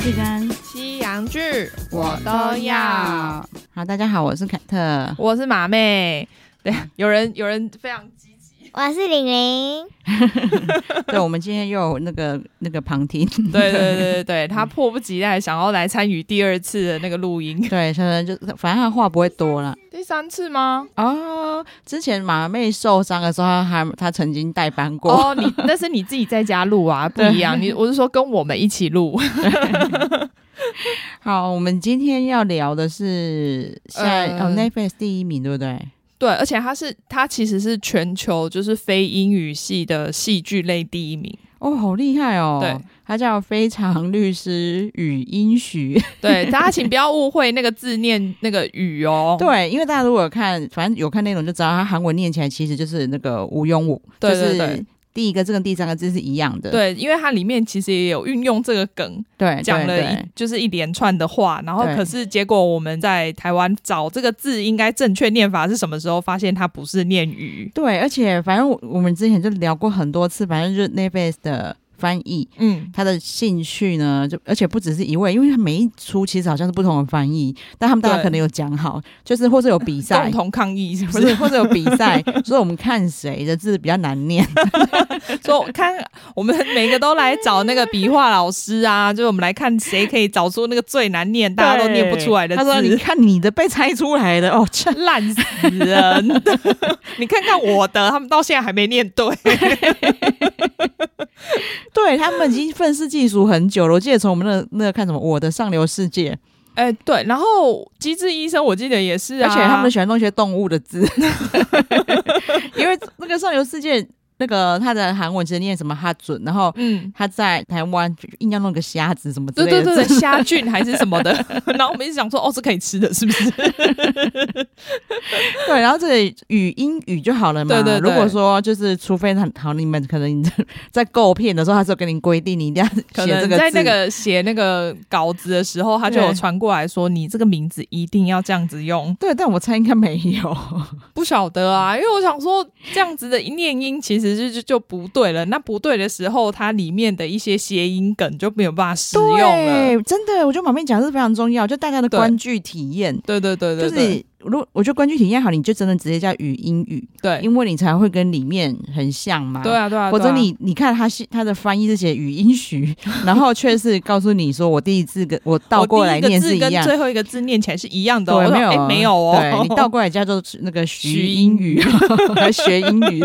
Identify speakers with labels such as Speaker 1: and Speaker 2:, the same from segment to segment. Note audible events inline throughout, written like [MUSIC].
Speaker 1: 剧跟
Speaker 2: 西洋剧
Speaker 1: 我
Speaker 2: 都要。
Speaker 1: 好，大家好，我是凯特。 [LAUGHS]
Speaker 2: 我是马妹。对，有人有人非常激极。
Speaker 3: 我是玲玲，
Speaker 1: 对，我们今天又有那个那个旁听， [LAUGHS]
Speaker 2: 对对对对对，他迫不及待想要来参与第二次的那个录音。
Speaker 1: 对，小人就反正他话不会多了。
Speaker 2: 第三次吗？
Speaker 1: 哦，之前马妹受伤的时候，她还她曾经代班过。
Speaker 2: 哦，你那是你自己在家录啊，不一样。你我是说跟我们一起录。
Speaker 1: 好，我们今天要聊的是现在、
Speaker 2: 呃
Speaker 1: 哦 Netflix 第一名，对不对？
Speaker 2: 对，而且他是他其实是全球就是非英语系的戏剧类第一名。
Speaker 1: 哦，好厉害哦！
Speaker 2: 对，
Speaker 1: 他叫《非常律师与英许》。
Speaker 2: 对，大家请不要误会那个字念那个雨哦。
Speaker 1: 对，因为大家如果有看，反正有看内容就知道，它韩文念起来其实就是那个无庸武，
Speaker 2: 对对
Speaker 1: 就
Speaker 2: 对
Speaker 1: 是第一个字跟第三个字是一样的。
Speaker 2: 对，因为它里面其实也有运用这个梗，
Speaker 1: 对，
Speaker 2: 讲了
Speaker 1: 对
Speaker 2: 一
Speaker 1: 对
Speaker 2: 就是一连串的话，然后
Speaker 1: 对
Speaker 2: 可是结果我们在台湾找这个字应该正确念法是什么时候，发现它不是念鱼。
Speaker 1: 对，而且反正我我们之前就聊过很多次，反正就是 Netflix 的翻译。
Speaker 2: 嗯，
Speaker 1: 他的兴趣呢，就而且不只是一位，因为他每一出其实好像是不同的翻译，但他们大家
Speaker 2: 对
Speaker 1: 可能有讲好，就是或者有比赛
Speaker 2: 共，
Speaker 1: [LAUGHS]
Speaker 2: 同抗议是不
Speaker 1: 不
Speaker 2: 是
Speaker 1: 是？或者有比赛，所以我们看谁的字比较难念。
Speaker 2: 说我看我们每个都来找那个笔画老师啊，就是我们来看谁可以找出那个最难念、大家都念不出来的
Speaker 1: 他说：“你
Speaker 2: 字。
Speaker 1: 看你的被猜出来的哦，这
Speaker 2: 烂死人！ [LAUGHS] 你看看我的，他们到现在还没念对。
Speaker 1: 对他们已经愤世嫉俗很久了。我记得从我们那那个看什么《我的上流世界》
Speaker 2: 哎、对，然后《机智医生》我记得也是啊，
Speaker 1: 而且他们喜欢弄一些动物的字， [LAUGHS] 因为那个上流世界那个他的韩文其实念什么哈准，然后
Speaker 2: 嗯，
Speaker 1: 他在台湾就硬要弄个虾子什么之
Speaker 2: 对
Speaker 1: 类的
Speaker 2: 对
Speaker 1: 字，
Speaker 2: 对对，虾菌还是什么的， [LAUGHS] 然后我们一直想说，哦，是可以吃的，是不 [LAUGHS] 是？
Speaker 1: 对然后这里语英语就好了嘛。
Speaker 2: 对对对
Speaker 1: 如果说就是，除非很好，你们可能在购片的时候，他是有跟你规定你一定要
Speaker 2: 可
Speaker 1: 写这
Speaker 2: 能
Speaker 1: 个字，
Speaker 2: 在那个写那个稿子的时候，他就有传过来说，你这个名字一定要这样子用。
Speaker 1: 对，但我猜应该没有。
Speaker 2: [LAUGHS] 不晓得啊，因为我想说，这样子的念音其实就就就不对了。那不对的时候，它里面的一些谐音梗就没有办
Speaker 1: [LAUGHS]
Speaker 2: 法使用了。
Speaker 1: 对，真的，我觉得马面讲的是非常重要，就大家的
Speaker 2: 对
Speaker 1: 观剧体验，
Speaker 2: 对对对对
Speaker 1: 就
Speaker 2: 对
Speaker 1: 是如果我觉得观剧体验好，你就真的直接叫语英语，
Speaker 2: 对
Speaker 1: 因为你才会跟里面很像嘛。
Speaker 2: 对。啊对啊！
Speaker 1: 否则
Speaker 2: 对啊
Speaker 1: 你你看他是他的翻译是写语音许， [LAUGHS] 然后却是告诉你说我第一次跟我倒过来念是一
Speaker 2: 我第一个字跟
Speaker 1: 样，
Speaker 2: 最后一个字念起来是一样的、哦。
Speaker 1: 对，
Speaker 2: 我
Speaker 1: 没有啊
Speaker 2: 说啊哎没有哦，
Speaker 1: 对你倒过来叫做那个
Speaker 2: 徐
Speaker 1: 徐
Speaker 2: 英
Speaker 1: 英语， [LAUGHS] 还学英
Speaker 2: [LAUGHS]
Speaker 1: 语。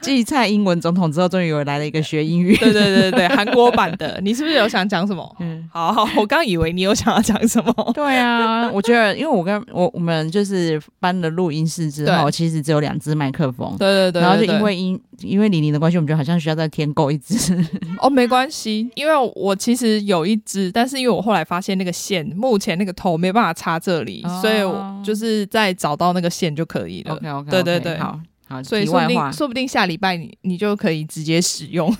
Speaker 1: 继蔡英文总统之后，终于有来了一个学英语。
Speaker 2: [LAUGHS] 对对对对，韩国版的，你是不是有想讲什么？
Speaker 1: 嗯
Speaker 2: 好，好我刚以为你有想要讲什么。
Speaker 1: 对啊，我觉得，因为我跟我我们就是搬了录音室之后，
Speaker 2: 对
Speaker 1: 其实只有两只麦克风，
Speaker 2: [LAUGHS] 对对对对
Speaker 1: 然后就
Speaker 2: 对
Speaker 1: 因为因因为李玲的关系，我们就好像需要再添购一
Speaker 2: [LAUGHS]
Speaker 1: 只。
Speaker 2: 哦，没关系，因为我其实有一只，但是因为我后来发现那个线，目前那个头没办法插这里，
Speaker 1: 哦
Speaker 2: 所以我就是再找到那个线就可以了。
Speaker 1: OK OK，
Speaker 2: 对对对
Speaker 1: 好好。
Speaker 2: 所以
Speaker 1: 题
Speaker 2: 说不
Speaker 1: 外话
Speaker 2: 定，说不定下礼拜你你就可以直接使用。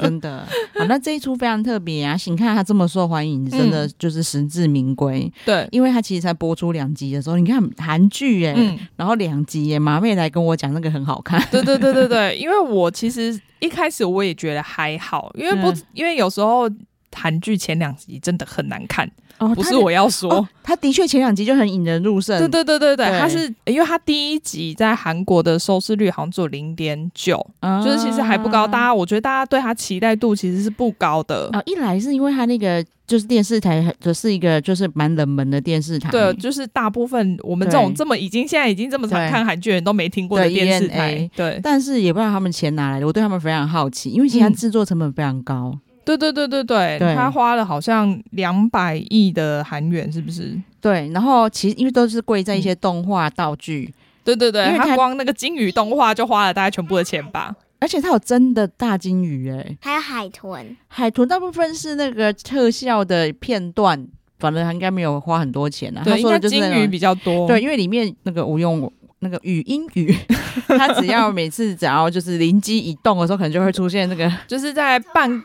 Speaker 1: 真的
Speaker 2: [LAUGHS]
Speaker 1: 好，那这一出非常特别啊！请看它这么受欢迎，真
Speaker 2: 嗯
Speaker 1: 的就是实至名归。
Speaker 2: 对，
Speaker 1: 因为它其实才播出两集的时候，你看韩剧耶，
Speaker 2: 嗯，
Speaker 1: 然后两集耶，马妹来跟我讲那个很好看，
Speaker 2: 对对对对对，因为我其实一开始我也觉得还好，因为不、
Speaker 1: 嗯
Speaker 2: 因为有时候韩剧前两集真的很难看，
Speaker 1: 哦
Speaker 2: 不是我要说。
Speaker 1: 哦，他的确前两集就很引人入胜，
Speaker 2: 对对对对对，
Speaker 1: 对
Speaker 2: 它是因为它第一集在韩国的收视率好像只有零点九，
Speaker 1: 啊，
Speaker 2: 就是其实还不高。大家我觉得大家对它期待度其实是不高的。
Speaker 1: 啊，一来是因为他那个就是电视台，的是一个就是蛮冷门的电视台，
Speaker 2: 对，就是大部分我们这种
Speaker 1: 对
Speaker 2: 这么已经现在已经这么常
Speaker 1: 对
Speaker 2: 看韩剧的人都没听过的
Speaker 1: 对，E
Speaker 2: 电视
Speaker 1: ENA
Speaker 2: 台，对
Speaker 1: 但是也不知道他们钱哪来的，我对他们非常好奇，因为其实它
Speaker 2: 嗯
Speaker 1: 制作成本非常高，
Speaker 2: 对对对对对，
Speaker 1: 对
Speaker 2: 他花了好像两百亿的韩元，是不是？
Speaker 1: 对，然后其实因为都是贵在一些
Speaker 2: 嗯
Speaker 1: 动画道具，
Speaker 2: 对对对
Speaker 1: 因，为
Speaker 2: 他
Speaker 1: 它
Speaker 2: 光那个金鱼动画就花了大概全部的钱吧。
Speaker 1: 而且它有真的大金鱼哎、
Speaker 3: 还有海豚，
Speaker 1: 海豚大部分是那个特效的片段，反正他应该没有花很多钱啊，他
Speaker 2: 对，应
Speaker 1: 说
Speaker 2: 该
Speaker 1: 的就是
Speaker 2: 金
Speaker 1: 那
Speaker 2: 鱼
Speaker 1: 种
Speaker 2: 比较多。
Speaker 1: 对，因为里面那个无用那个语音语， [LAUGHS] 他只要每次只要就是灵机一动的时候，可能就会出现那个 [LAUGHS]
Speaker 2: 就是在半。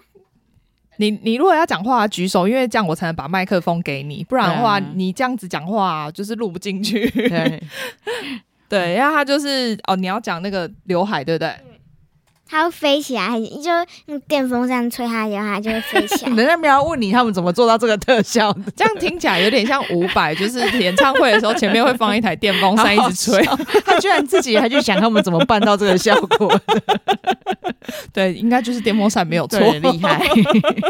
Speaker 2: 你你如果要讲话举手，因为这样我才能把麦克风给你，不然的话、
Speaker 1: 对啊
Speaker 2: 你这样子讲话就是录不进去。 [LAUGHS]
Speaker 1: 对。 [LAUGHS]
Speaker 2: 对，然后他就是哦，你要讲那个刘海对不对？
Speaker 3: 它会飞起来，很就用电风扇吹它，然后它就会飞起
Speaker 1: [LAUGHS]
Speaker 3: 来。
Speaker 1: 人家没有要问你他们怎么做到这个特
Speaker 2: [LAUGHS]
Speaker 1: 效的，
Speaker 2: 这样听起来有点像伍佰，就是演唱会的时候前面会放一台电
Speaker 1: [LAUGHS]
Speaker 2: 风扇一直吹。
Speaker 1: 他居然自己还去想他们怎么办到这个效果，
Speaker 2: [LAUGHS] 对，应该就是电风扇没有错，
Speaker 1: 对，厉害。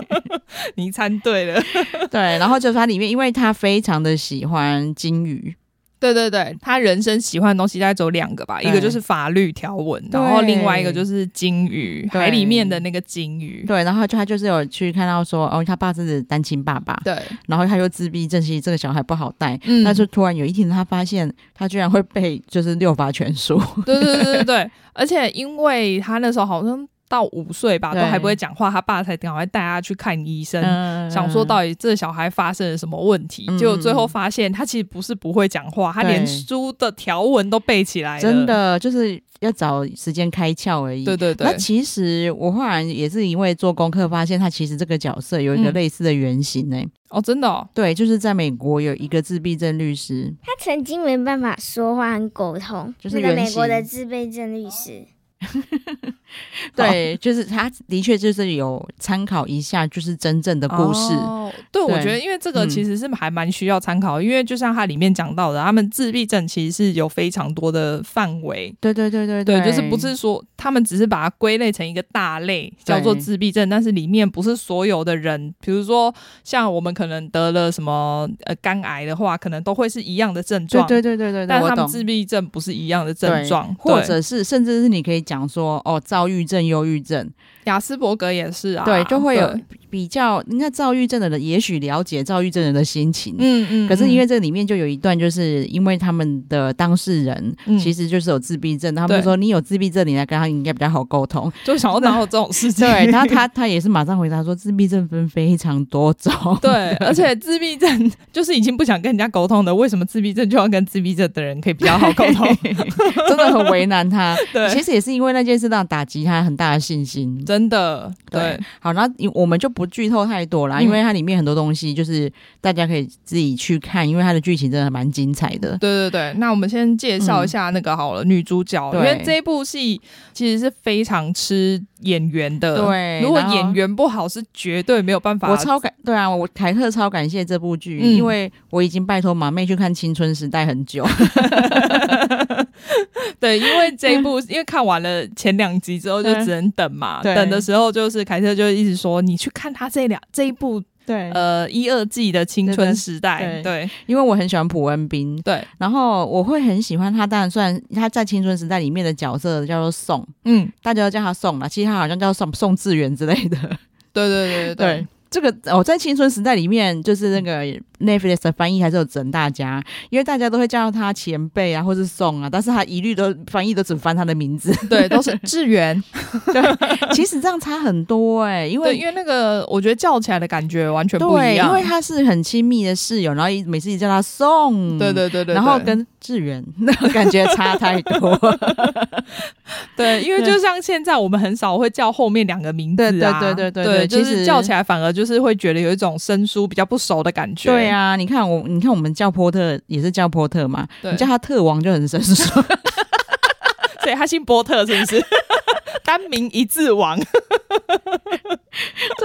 Speaker 2: [LAUGHS] 你猜对了。
Speaker 1: [LAUGHS] 对，然后就是它里面，因为他非常的喜欢金鱼，
Speaker 2: 对对对，他人生喜欢的东西大概只有两个吧，
Speaker 1: 对
Speaker 2: 一个就是法律条文，然后另外一个就是鲸鱼，
Speaker 1: 对
Speaker 2: 海里面的那个鲸鱼。
Speaker 1: 对，然后就他就是有去看到说，哦，他爸是单亲爸爸，
Speaker 2: 对，
Speaker 1: 然后他又自闭症，其实这个小孩不好带。
Speaker 2: 嗯
Speaker 1: 但是突然有一天，他发现他居然会背就是六法全书，
Speaker 2: 对对对对对，而且因为他那时候好像到五岁吧，都
Speaker 1: 对
Speaker 2: 还不会讲话，他爸才赶快带他去看医生。
Speaker 1: 嗯，
Speaker 2: 想说到底这小孩发生了什么问题？
Speaker 1: 嗯
Speaker 2: 结果最后发现他其实不是不会讲话，他
Speaker 1: 对
Speaker 2: 连书的条文都背起来了。
Speaker 1: 真，的就是要找时间开窍而已。
Speaker 2: 对对对
Speaker 1: 那，其实我后来也是因为做功课发现，他其实这个角色有一个
Speaker 2: 嗯
Speaker 1: 类似的原型呢、
Speaker 2: 哦，真的、哦，
Speaker 1: 对，就是在美国有一个自闭症律师，
Speaker 3: 它曾经没办法说话跟沟通，
Speaker 1: 就是
Speaker 3: 那个
Speaker 1: 原
Speaker 3: 美国的
Speaker 1: 型
Speaker 3: 自闭症律师。
Speaker 1: [LAUGHS] 对，哦就是他的确就是有参考一下，就是真正的故事。
Speaker 2: 哦对，我
Speaker 1: 对
Speaker 2: 觉得因为这个
Speaker 1: 嗯
Speaker 2: 其实是还蛮需要参考的，因为就像它里面讲到的，他们自闭症其实是有非常多的范围。
Speaker 1: 对对对对
Speaker 2: 对，就是不是说他们只是把它归类成一个大类叫做自闭症，但是里面不是所有的人，比如说像我们可能得了什么呃肝癌的话，可能都会是一样的症
Speaker 1: 对
Speaker 2: 状，
Speaker 1: 对对对对对，
Speaker 2: 但
Speaker 1: 我
Speaker 2: 他们
Speaker 1: 懂。
Speaker 2: 自闭症不是一样的症
Speaker 1: 对
Speaker 2: 状，
Speaker 1: 或
Speaker 2: 对
Speaker 1: 者是甚至是你可以讲说哦，躁郁症、忧郁症，
Speaker 2: 雅斯伯格也是啊，
Speaker 1: 对，就会有
Speaker 2: 对
Speaker 1: 比较。应该躁郁症的人也许了解躁郁症人的心情，
Speaker 2: 嗯嗯，
Speaker 1: 可是因
Speaker 2: 嗯
Speaker 1: 为这里面就有一段，就是因为他们的当事人
Speaker 2: 嗯
Speaker 1: 其实就是有自闭症，他们
Speaker 2: 对
Speaker 1: 就说你有自闭症，你来跟他应该比较好沟
Speaker 2: [LAUGHS]
Speaker 1: 通。
Speaker 2: 就想要哪有这种事情，
Speaker 1: 对，然后他他也是马上回答说，自闭症分非常多种。
Speaker 2: [LAUGHS] 对，而且自闭症就是已经不想跟人家沟通的，为什么自闭症就要跟自闭症的人可以比较好沟
Speaker 1: [LAUGHS]
Speaker 2: 通？
Speaker 1: 真的很为难他。其
Speaker 2: [LAUGHS] 对，
Speaker 1: 实也是因为那件事让打击他很大的信心。
Speaker 2: 真的，对，，
Speaker 1: 好，那我们就不剧透太多啦，
Speaker 2: 嗯
Speaker 1: 因为它里面很多东西就是大家可以自己去看，因为它的剧情真的蛮精彩的。
Speaker 2: 对对对。那我们先介绍一下那个好了，女主角，因
Speaker 1: 嗯对
Speaker 2: 为这部戏其实是非常吃演员的。，
Speaker 1: 对
Speaker 2: 如果
Speaker 1: 呃然后
Speaker 2: 演员不好，是绝对没有办法。
Speaker 1: 我超感对啊，我凯特超感谢这部剧，
Speaker 2: 嗯
Speaker 1: 因为我已经拜托马妹去看《青春时代》很久。
Speaker 2: [LAUGHS] 对，因为这一部，因为看完了前两集之后，就只能等嘛。
Speaker 1: 嗯对
Speaker 2: 等的时候，就是凯特就一直说，你去看他这两这一部
Speaker 1: 对
Speaker 2: 呃一二季的《青春时代》
Speaker 1: 对。
Speaker 2: 对
Speaker 1: 因为我很喜欢朴恩斌，
Speaker 2: 对，
Speaker 1: 然后我会很喜欢他。当然，虽然他在《青春时代》里面的角色叫做宋，
Speaker 2: 嗯，
Speaker 1: 大家都叫他宋啦，其实他好像叫宋宋志远之类的。
Speaker 2: 对对对对
Speaker 1: 对，这个哦，在《青春时代》里面，就是那个 Netflix 的翻译还是有整大家，因为大家都会叫他前辈啊，或是宋啊，但是他一律都翻译都只翻他的名字。
Speaker 2: 对对，都
Speaker 1: [LAUGHS]
Speaker 2: 是志源。
Speaker 1: 其实这样差很多哎、因
Speaker 2: 对，
Speaker 1: 为
Speaker 2: 因为那个我觉得叫起来的感觉完全不一
Speaker 1: 对，
Speaker 2: 样。
Speaker 1: 因为他是很亲密的室友，然后一每次一叫他宋，
Speaker 2: 对对对对，
Speaker 1: 嗯然后
Speaker 2: 对
Speaker 1: 跟志远那种 [LAUGHS] 感觉差太
Speaker 2: [LAUGHS]
Speaker 1: 多。
Speaker 2: 对，因为就像现在我们很少会叫后面两个名字啊，
Speaker 1: 对对对对对
Speaker 2: 就
Speaker 1: 其
Speaker 2: 是
Speaker 1: 实
Speaker 2: 叫起来反而就是会觉得有一种生疏、比较不熟的感觉。
Speaker 1: 对，啊，你看我，你看我们叫波特也是叫波特嘛，
Speaker 2: 对
Speaker 1: 你叫他特王就很生疏。
Speaker 2: [LAUGHS] 所以他姓波特是不是？ [LAUGHS] 单名一字王，
Speaker 1: 这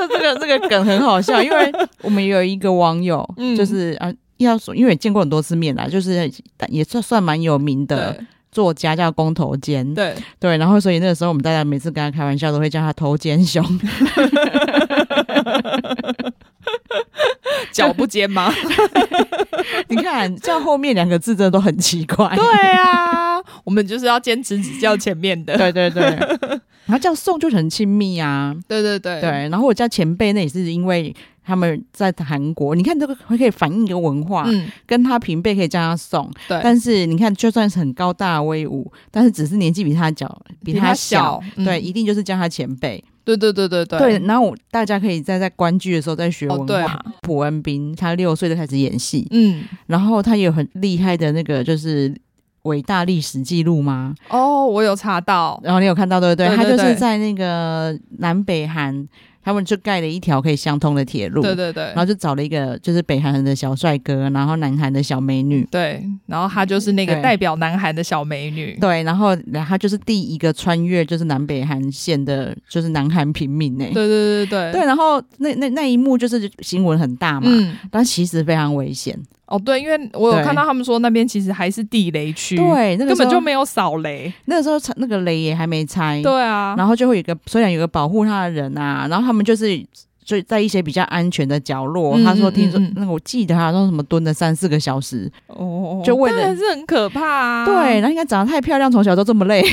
Speaker 1: 这个这个梗很好笑，因为我们有一个网友，
Speaker 2: 嗯
Speaker 1: 就是啊。要说，因为也见过很多次面啦，就是也算算蛮有名的作家，叫工头坚，
Speaker 2: 对
Speaker 1: 对，然后所以那个时候我们大家每次跟他开玩笑，都会叫他头尖
Speaker 2: [LAUGHS]
Speaker 1: 兄，
Speaker 2: 对，脚不尖
Speaker 1: [LAUGHS]
Speaker 2: 吗？
Speaker 1: 你看叫后面两个字真的都很奇怪，
Speaker 2: 对啊，我们就是要坚持只叫前面的。
Speaker 1: 对
Speaker 2: [LAUGHS]
Speaker 1: 对对，然后叫宋就很亲密啊，
Speaker 2: 对对对
Speaker 1: 对，然后我叫前辈那也是因为他们在韩国，你看这个可以反映一个文化，
Speaker 2: 嗯，
Speaker 1: 跟他平辈可以叫他宋，
Speaker 2: 对
Speaker 1: 但是你看，就算是很高大的威武，但是只是年纪比他小，比他小，，对，
Speaker 2: 嗯
Speaker 1: 一定就是叫他前辈。
Speaker 2: 对对对对对
Speaker 1: 对，然后我大家可以在在观剧的时候再学文
Speaker 2: 哦
Speaker 1: 化。
Speaker 2: 对啊，
Speaker 1: 朴恩斌他六岁就开始演戏，
Speaker 2: 嗯。
Speaker 1: 然后他有很厉害的那个就是。伟大历史记录吗？
Speaker 2: 哦，我有查到，
Speaker 1: 然后你有看到对不对？
Speaker 2: 对对
Speaker 1: 他就
Speaker 2: 对
Speaker 1: 是在那个南北韩，他们就盖了一条可以相通的铁路。
Speaker 2: 对对对
Speaker 1: 然，后就找了一个就是北韩的小帅哥，然后南韩的小美女。
Speaker 2: 对，然后她就是那个
Speaker 1: 对
Speaker 2: 代表南韩的小美女，
Speaker 1: 对，然后他就是第一个穿越就是南北韩线的，就是南韩平民呢、欸
Speaker 2: 对对对对
Speaker 1: 对，然后那那那一幕就是新闻很大嘛，
Speaker 2: 嗯，
Speaker 1: 但其实非常危险。
Speaker 2: 哦对，因为我有
Speaker 1: 对
Speaker 2: 看到他们说那边其实还是地雷区，，
Speaker 1: 对，那个
Speaker 2: 嗯根本
Speaker 1: 时候
Speaker 2: 就没有扫雷，
Speaker 1: 那个时候拆那个雷也还没拆，
Speaker 2: 对啊，
Speaker 1: 然后就会有一个虽然有个保护他的人啊，然后他们就是就在一些比较安全的角落。
Speaker 2: 嗯
Speaker 1: 他说
Speaker 2: 嗯
Speaker 1: 听说、
Speaker 2: 嗯嗯
Speaker 1: 那个我记得他说什么蹲了三四个小时，
Speaker 2: 哦，
Speaker 1: 就为了
Speaker 2: 但还是很可怕啊，
Speaker 1: 对，，那应该长得太漂亮，从小都这么
Speaker 2: [LAUGHS]
Speaker 1: 累，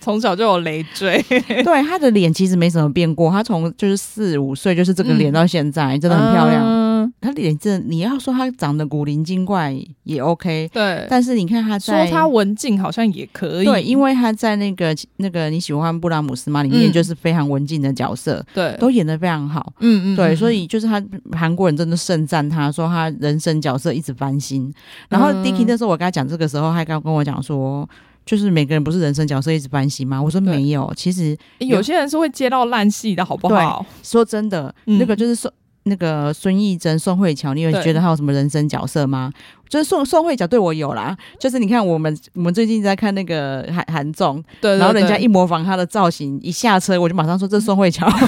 Speaker 2: 从小就有累赘，
Speaker 1: 对，她的脸其实没什么变过，她从就是四五岁就是这个脸
Speaker 2: 嗯
Speaker 1: 到现在，真的很漂亮。
Speaker 2: 嗯
Speaker 1: 她脸真的，你要说她长得古灵精怪也 OK，
Speaker 2: 对，
Speaker 1: 但是你看她
Speaker 2: 呃说
Speaker 1: 在
Speaker 2: 她文静好像也可以，
Speaker 1: 对，因为她在那个那个你喜欢布拉姆斯吗？里面
Speaker 2: 嗯
Speaker 1: 就是非常文静的角色，
Speaker 2: 对，
Speaker 1: 都演得非常好。
Speaker 2: 嗯嗯，
Speaker 1: 对，
Speaker 2: 嗯
Speaker 1: 所以就是他韩国人真的盛赞他，说他人生角色一直翻新。然后
Speaker 2: 嗯
Speaker 1: Dicky 那时候我跟他讲这个时候，他刚跟我讲说，就是每个人不是人生角色一直翻新吗？我说
Speaker 2: 对
Speaker 1: 没有，其实
Speaker 2: 有些人是会接到烂戏的好不好？
Speaker 1: 说真的，
Speaker 2: 嗯
Speaker 1: 那个就是宋那个孙艺珍、宋慧乔，你有
Speaker 2: 对
Speaker 1: 觉得她有什么人生角色吗？就是宋宋慧乔对我有啦，就是你看我们我们最近在看那个韩韩综，
Speaker 2: 对，对
Speaker 1: 然后人家
Speaker 2: 对
Speaker 1: 一模仿她的造型，一下车我就马上说这是宋慧乔。 [LAUGHS]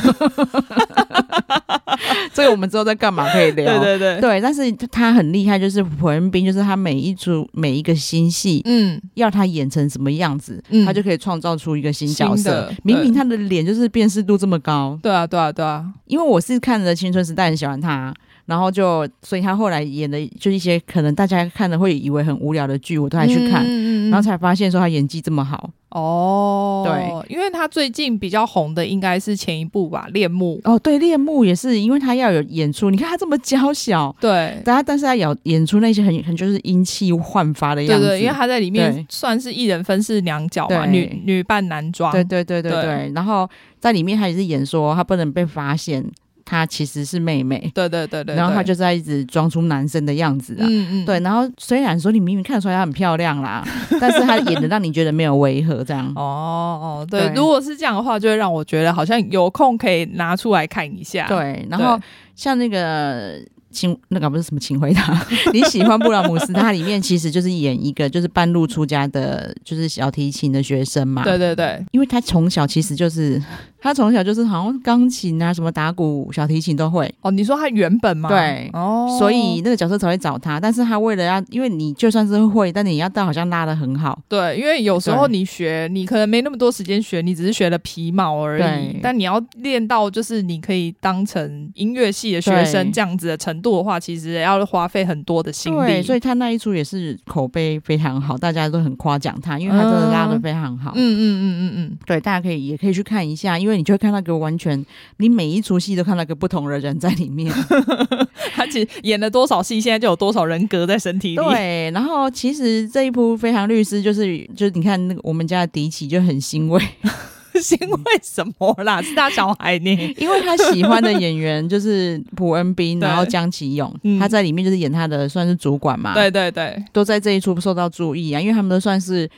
Speaker 1: 这个我们之后再干嘛可以聊。
Speaker 2: 对对 [LAUGHS] 对，
Speaker 1: 对，但是他很厉害，就是朴恩斌，就是他每一出每一个新戏，
Speaker 2: 嗯，
Speaker 1: 要他演成什么样子，
Speaker 2: 嗯
Speaker 1: 他就可以创造出一个新角
Speaker 2: 新
Speaker 1: 色
Speaker 2: 的。
Speaker 1: 明明
Speaker 2: 对
Speaker 1: 他的脸就是辨识度这么高，
Speaker 2: 对啊对啊对啊，
Speaker 1: 因为我是看着《青春时代》很喜欢他，然后就所以他后来演的就一些可能大家看了会以为很无聊的剧，我都还去看，
Speaker 2: 嗯嗯嗯嗯
Speaker 1: 然后才发现说他演技这么好。
Speaker 2: 哦，对，因为他最近比较红的应该是前一部吧，《恋慕》。
Speaker 1: 哦，对，恋慕也是，因为他要有演出，你看他这么娇小。
Speaker 2: 对
Speaker 1: 但他但是他演演出那些很很就是英气焕发的
Speaker 2: 对
Speaker 1: 样子，
Speaker 2: 对，因为他在里面
Speaker 1: 对
Speaker 2: 算是一人分饰两角嘛，
Speaker 1: 对
Speaker 2: 女女扮男装。
Speaker 1: 对对对对
Speaker 2: 对
Speaker 1: 对。然后在里面他也是演说，他不能被发现他其实是妹妹，
Speaker 2: 对对对对，
Speaker 1: 然后他
Speaker 2: 对
Speaker 1: 就在一直装出男生的样子啊。
Speaker 2: 嗯嗯，
Speaker 1: 对，然后虽然说你明明看得出来她很漂亮啦，但是她演的让你觉得没有违和，这样
Speaker 2: 哦哦，对，
Speaker 1: 对
Speaker 2: 如果是这样的话，就会让我觉得好像有空可以拿出来看一下。
Speaker 1: 对。然后像那个请那个不是什么请回答， [LAUGHS] 你喜欢布拉姆斯，他里面其实就是演一个就是半路出家的，就是小提琴的学生嘛。
Speaker 2: 对对对，
Speaker 1: 因为他从小其实就是他从小就是好像钢琴啊、什么打鼓、小提琴都会，
Speaker 2: 哦，你说他原本吗？
Speaker 1: 对
Speaker 2: 哦，
Speaker 1: 所以那个角色才会找他。但是他为了要，因为你就算是会，但你要到好像拉的很好，
Speaker 2: 对，因为有时候
Speaker 1: 对
Speaker 2: 你学，你可能没那么多时间学，你只是学了皮毛而已
Speaker 1: 对。
Speaker 2: 但你要练到就是你可以当成音乐系的学生
Speaker 1: 对
Speaker 2: 这样子的程度的话，其实要花费很多的心力。
Speaker 1: 对，所以他那一出也是口碑非常好，大家都很夸奖他，因为他真的拉的非常好。
Speaker 2: 嗯嗯嗯嗯
Speaker 1: 对，大家可以也可以去看一下，因为你就会看到一个完全，你每一出戏都看到一个不同的人在里 [LAUGHS] 面。
Speaker 2: 嗯，他其实演了多少戏，现在就有多少人格在身体里。 [LAUGHS]
Speaker 1: 对，然后其实这一部《非常律师》就是就是你看那个我们家的迪奇就很欣慰，
Speaker 2: 是因为什么啦？是大小孩呢？
Speaker 1: [LAUGHS] 因为他喜欢的演员就是朴恩 [LAUGHS] 斌，
Speaker 2: 对
Speaker 1: 然后江启勇
Speaker 2: 嗯，
Speaker 1: 他在里面就是演他的算是主管嘛，
Speaker 2: 对，对对，
Speaker 1: 都在这一出受到注意啊，因为他们都算是。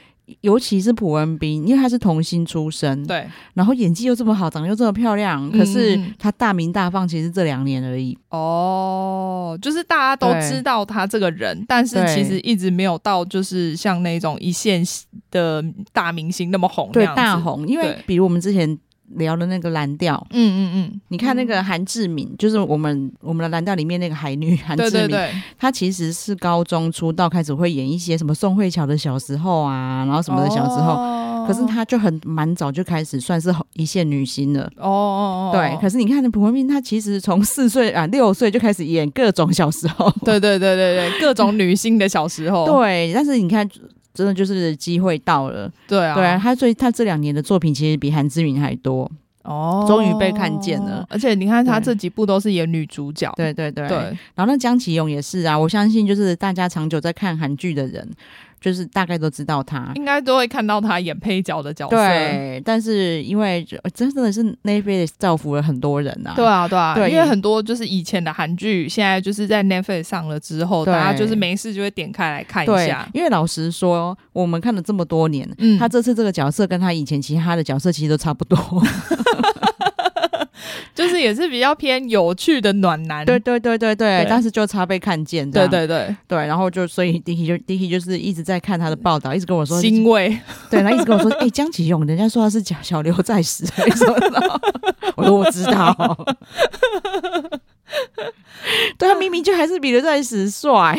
Speaker 1: 尤其是朴恩斌，因为他是童星出身，，
Speaker 2: 对嗯
Speaker 1: 然后演技又这么好，长得又这么漂亮，可是他大名大放，其实这两年而已。
Speaker 2: 哦，就是大家都
Speaker 1: 对
Speaker 2: 知道他这个人，但是
Speaker 1: 对
Speaker 2: 其实一直没有到就是像那种一线的大明星那么红那
Speaker 1: 对，
Speaker 2: 样子
Speaker 1: 大。红，因为
Speaker 2: 对
Speaker 1: 比如我们之前聊的那个蓝调，
Speaker 2: 嗯嗯
Speaker 1: 你看那个韩志敏，就是我们我们的蓝调里面那个海女韩
Speaker 2: 嗯，
Speaker 1: 志
Speaker 2: 对
Speaker 1: 敏，
Speaker 2: 对对，
Speaker 1: 他其实是高中出道开始会演一些什么宋慧乔的小时候啊，然后什么的小时候，
Speaker 2: 候
Speaker 1: 可是他就很蛮早就开始算是一线女星了。
Speaker 2: 哦哦哦，
Speaker 1: 对，可
Speaker 2: 是
Speaker 1: 是你看朴文斌，他其实从四岁啊六岁就开始演各种小时候。
Speaker 2: 对对对对对，各种女星的小时 [LAUGHS] 候，
Speaker 1: 对，但是你看，真的就是机会到了。
Speaker 2: 对啊
Speaker 1: 对啊，，他最他这两年的作品其实比韩志敏还多。
Speaker 2: 哦，
Speaker 1: 终于被看见了
Speaker 2: 而且你看他
Speaker 1: 对
Speaker 2: 这几部都是演女主角，
Speaker 1: 对对对
Speaker 2: 对
Speaker 1: 然后那江启勇也是啊，我相信就是大家长久在看韩剧的人，就是大概都知道他。
Speaker 2: 应该都会看到他演配角的角色。
Speaker 1: 对，但是因为就真的是 Netflix 造福了很多人啊。
Speaker 2: 对啊，对啊，
Speaker 1: 对
Speaker 2: 因为很多就是以前的韩剧，现在就是在 Netflix 上了之后，
Speaker 1: 对
Speaker 2: 大家就是没事就会点开来看一
Speaker 1: 对
Speaker 2: 下，。
Speaker 1: 因为老实说，我们看了这么多年，
Speaker 2: 嗯
Speaker 1: 他这次这个角色跟他以前其他的角色其实都差不多。
Speaker 2: 就是也是比较偏有趣的暖男。
Speaker 1: 对对对对对
Speaker 2: 对，
Speaker 1: 但是就差被看见这
Speaker 2: 对
Speaker 1: 样。
Speaker 2: 对对，
Speaker 1: 对，然后就所以 Dicky 就 Dicky 就是一直在看他的报道，一直跟我说，
Speaker 2: 欣
Speaker 1: [LAUGHS]
Speaker 2: 慰。
Speaker 1: 对他一直跟我
Speaker 2: [LAUGHS]
Speaker 1: 说，哎、江启勇，人家说他是小 [LAUGHS] 小刘在石，什么的，我说我知道。
Speaker 2: [LAUGHS]
Speaker 1: 对他明明就还是比刘在石帅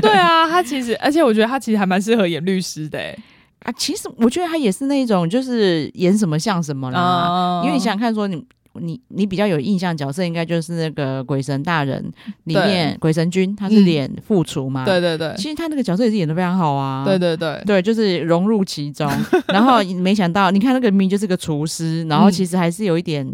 Speaker 2: 对啊，他其实，而且我觉得他其实还蛮适合演律师的、欸。
Speaker 1: 啊！其实我觉得他也是那种，就是演什么像什么啦。
Speaker 2: 哦啊
Speaker 1: 因为你想想看，说你你你比较有印象角色，应该就是那个《鬼神大人》里
Speaker 2: 对
Speaker 1: 面鬼神君，他是
Speaker 2: 嗯
Speaker 1: 演副厨嘛、
Speaker 2: 对对对，
Speaker 1: 其实他那个角色也是演的非常好啊。
Speaker 2: 对对对，
Speaker 1: 对，就是融入其
Speaker 2: [LAUGHS]
Speaker 1: 中。然后没想到，你看那个明明就是个厨师，然
Speaker 2: 嗯
Speaker 1: 后其实还是有一点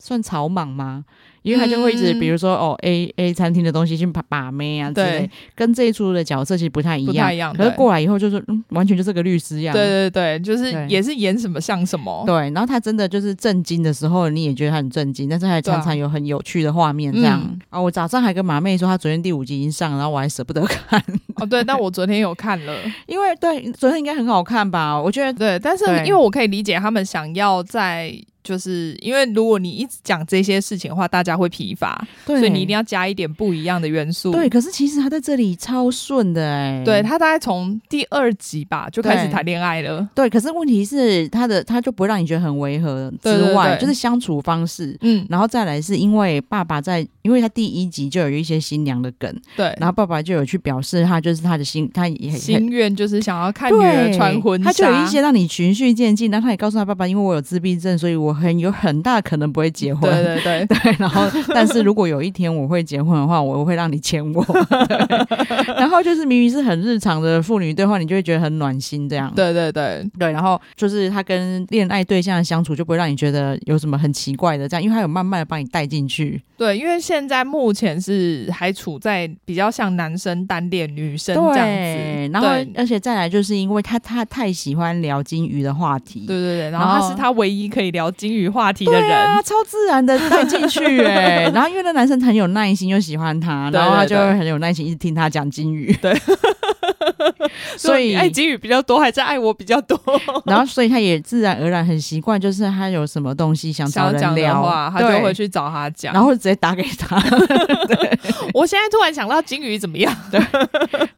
Speaker 1: 算草莽吗？因为他就会一直，
Speaker 2: 嗯
Speaker 1: 比如说哦，A A 餐厅的东西去把把妹啊之类
Speaker 2: 对，
Speaker 1: 跟这一出的角色其实不太一
Speaker 2: 不
Speaker 1: 样。
Speaker 2: 太一样
Speaker 1: 可是
Speaker 2: 对
Speaker 1: 过来以后就是，嗯，完全就是个律师一样。
Speaker 2: 对对对，就是
Speaker 1: 对
Speaker 2: 也是演什么像什么。
Speaker 1: 对然后他真的就是震惊的时候，你也觉得他很震惊，但是他也
Speaker 2: 对啊
Speaker 1: 常常有很有趣的画面这样。
Speaker 2: 嗯
Speaker 1: 啊，我早上还跟马妹说，她昨天第五集已经上了，然后我还舍不得看，
Speaker 2: 哦，对，但我昨天有看了，
Speaker 1: 因为对昨天应该很好看吧？我觉得
Speaker 2: 对，但是
Speaker 1: 对
Speaker 2: 因为我可以理解他们想要在，就是因为如果你一直讲这些事情的话，大家会疲乏，
Speaker 1: 对，
Speaker 2: 所以你一定要加一点不一样的元素。
Speaker 1: 对，可是其实他在这里超顺的哎、
Speaker 2: 对，他大概从第二集吧就开始
Speaker 1: 对
Speaker 2: 谈恋爱了。
Speaker 1: 对，可是问题是他的他就不会让你觉得很违和之
Speaker 2: 对对
Speaker 1: 外，
Speaker 2: 对
Speaker 1: 就是相处方式。
Speaker 2: 嗯，
Speaker 1: 然后再来是因为爸爸在，因为他第一集就有一些新娘的梗，
Speaker 2: 对，
Speaker 1: 然后爸爸就有去表示他就是他的心，他也
Speaker 2: 心愿就是想要看女儿
Speaker 1: 对
Speaker 2: 穿婚纱，
Speaker 1: 他就有一些让你循序渐进。然后他也告诉他爸爸，因为我有自闭症，所以我很有很大可能不会结婚。
Speaker 2: 对对对
Speaker 1: [LAUGHS] 对，然后但是如果有一天我会结婚的话，我会让你牵我。对然后就是明明是很日常的父女对话，你就会觉得很暖心这样。
Speaker 2: 对对对
Speaker 1: 对，然后就是他跟恋爱对象的相处，就不会让你觉得有什么很奇怪的这样，因为他有慢慢的把你带进去。
Speaker 2: 对，因为现在目前是还处在比较像男生单恋女生这样子，
Speaker 1: 然后
Speaker 2: 对
Speaker 1: 而且再来就是因为他他太喜欢聊金鱼的话题。
Speaker 2: 对对对，然
Speaker 1: 然
Speaker 2: 后他
Speaker 1: 后
Speaker 2: 是他唯一可以聊金鱼话题的
Speaker 1: 对
Speaker 2: 人，
Speaker 1: 啊，超自然的带进去哎、然后因为那男生很有耐心，又喜欢他，
Speaker 2: 对
Speaker 1: 然后他
Speaker 2: 对
Speaker 1: 就
Speaker 2: 对
Speaker 1: 会很有耐心，一直听他讲金鱼。
Speaker 2: [LAUGHS]
Speaker 1: 对，所以
Speaker 2: 爱哎金鱼比较多，还是爱我比较 [LAUGHS] 多？
Speaker 1: 然后，所以他也自然而然很习惯，就是他有什么东西想找
Speaker 2: 想
Speaker 1: 人
Speaker 2: 讲的
Speaker 1: 聊
Speaker 2: 话，他
Speaker 1: 对
Speaker 2: 就会去找他讲。
Speaker 1: 然后直接打给他。 [LAUGHS]
Speaker 2: 我现在突然想到金鱼怎么样？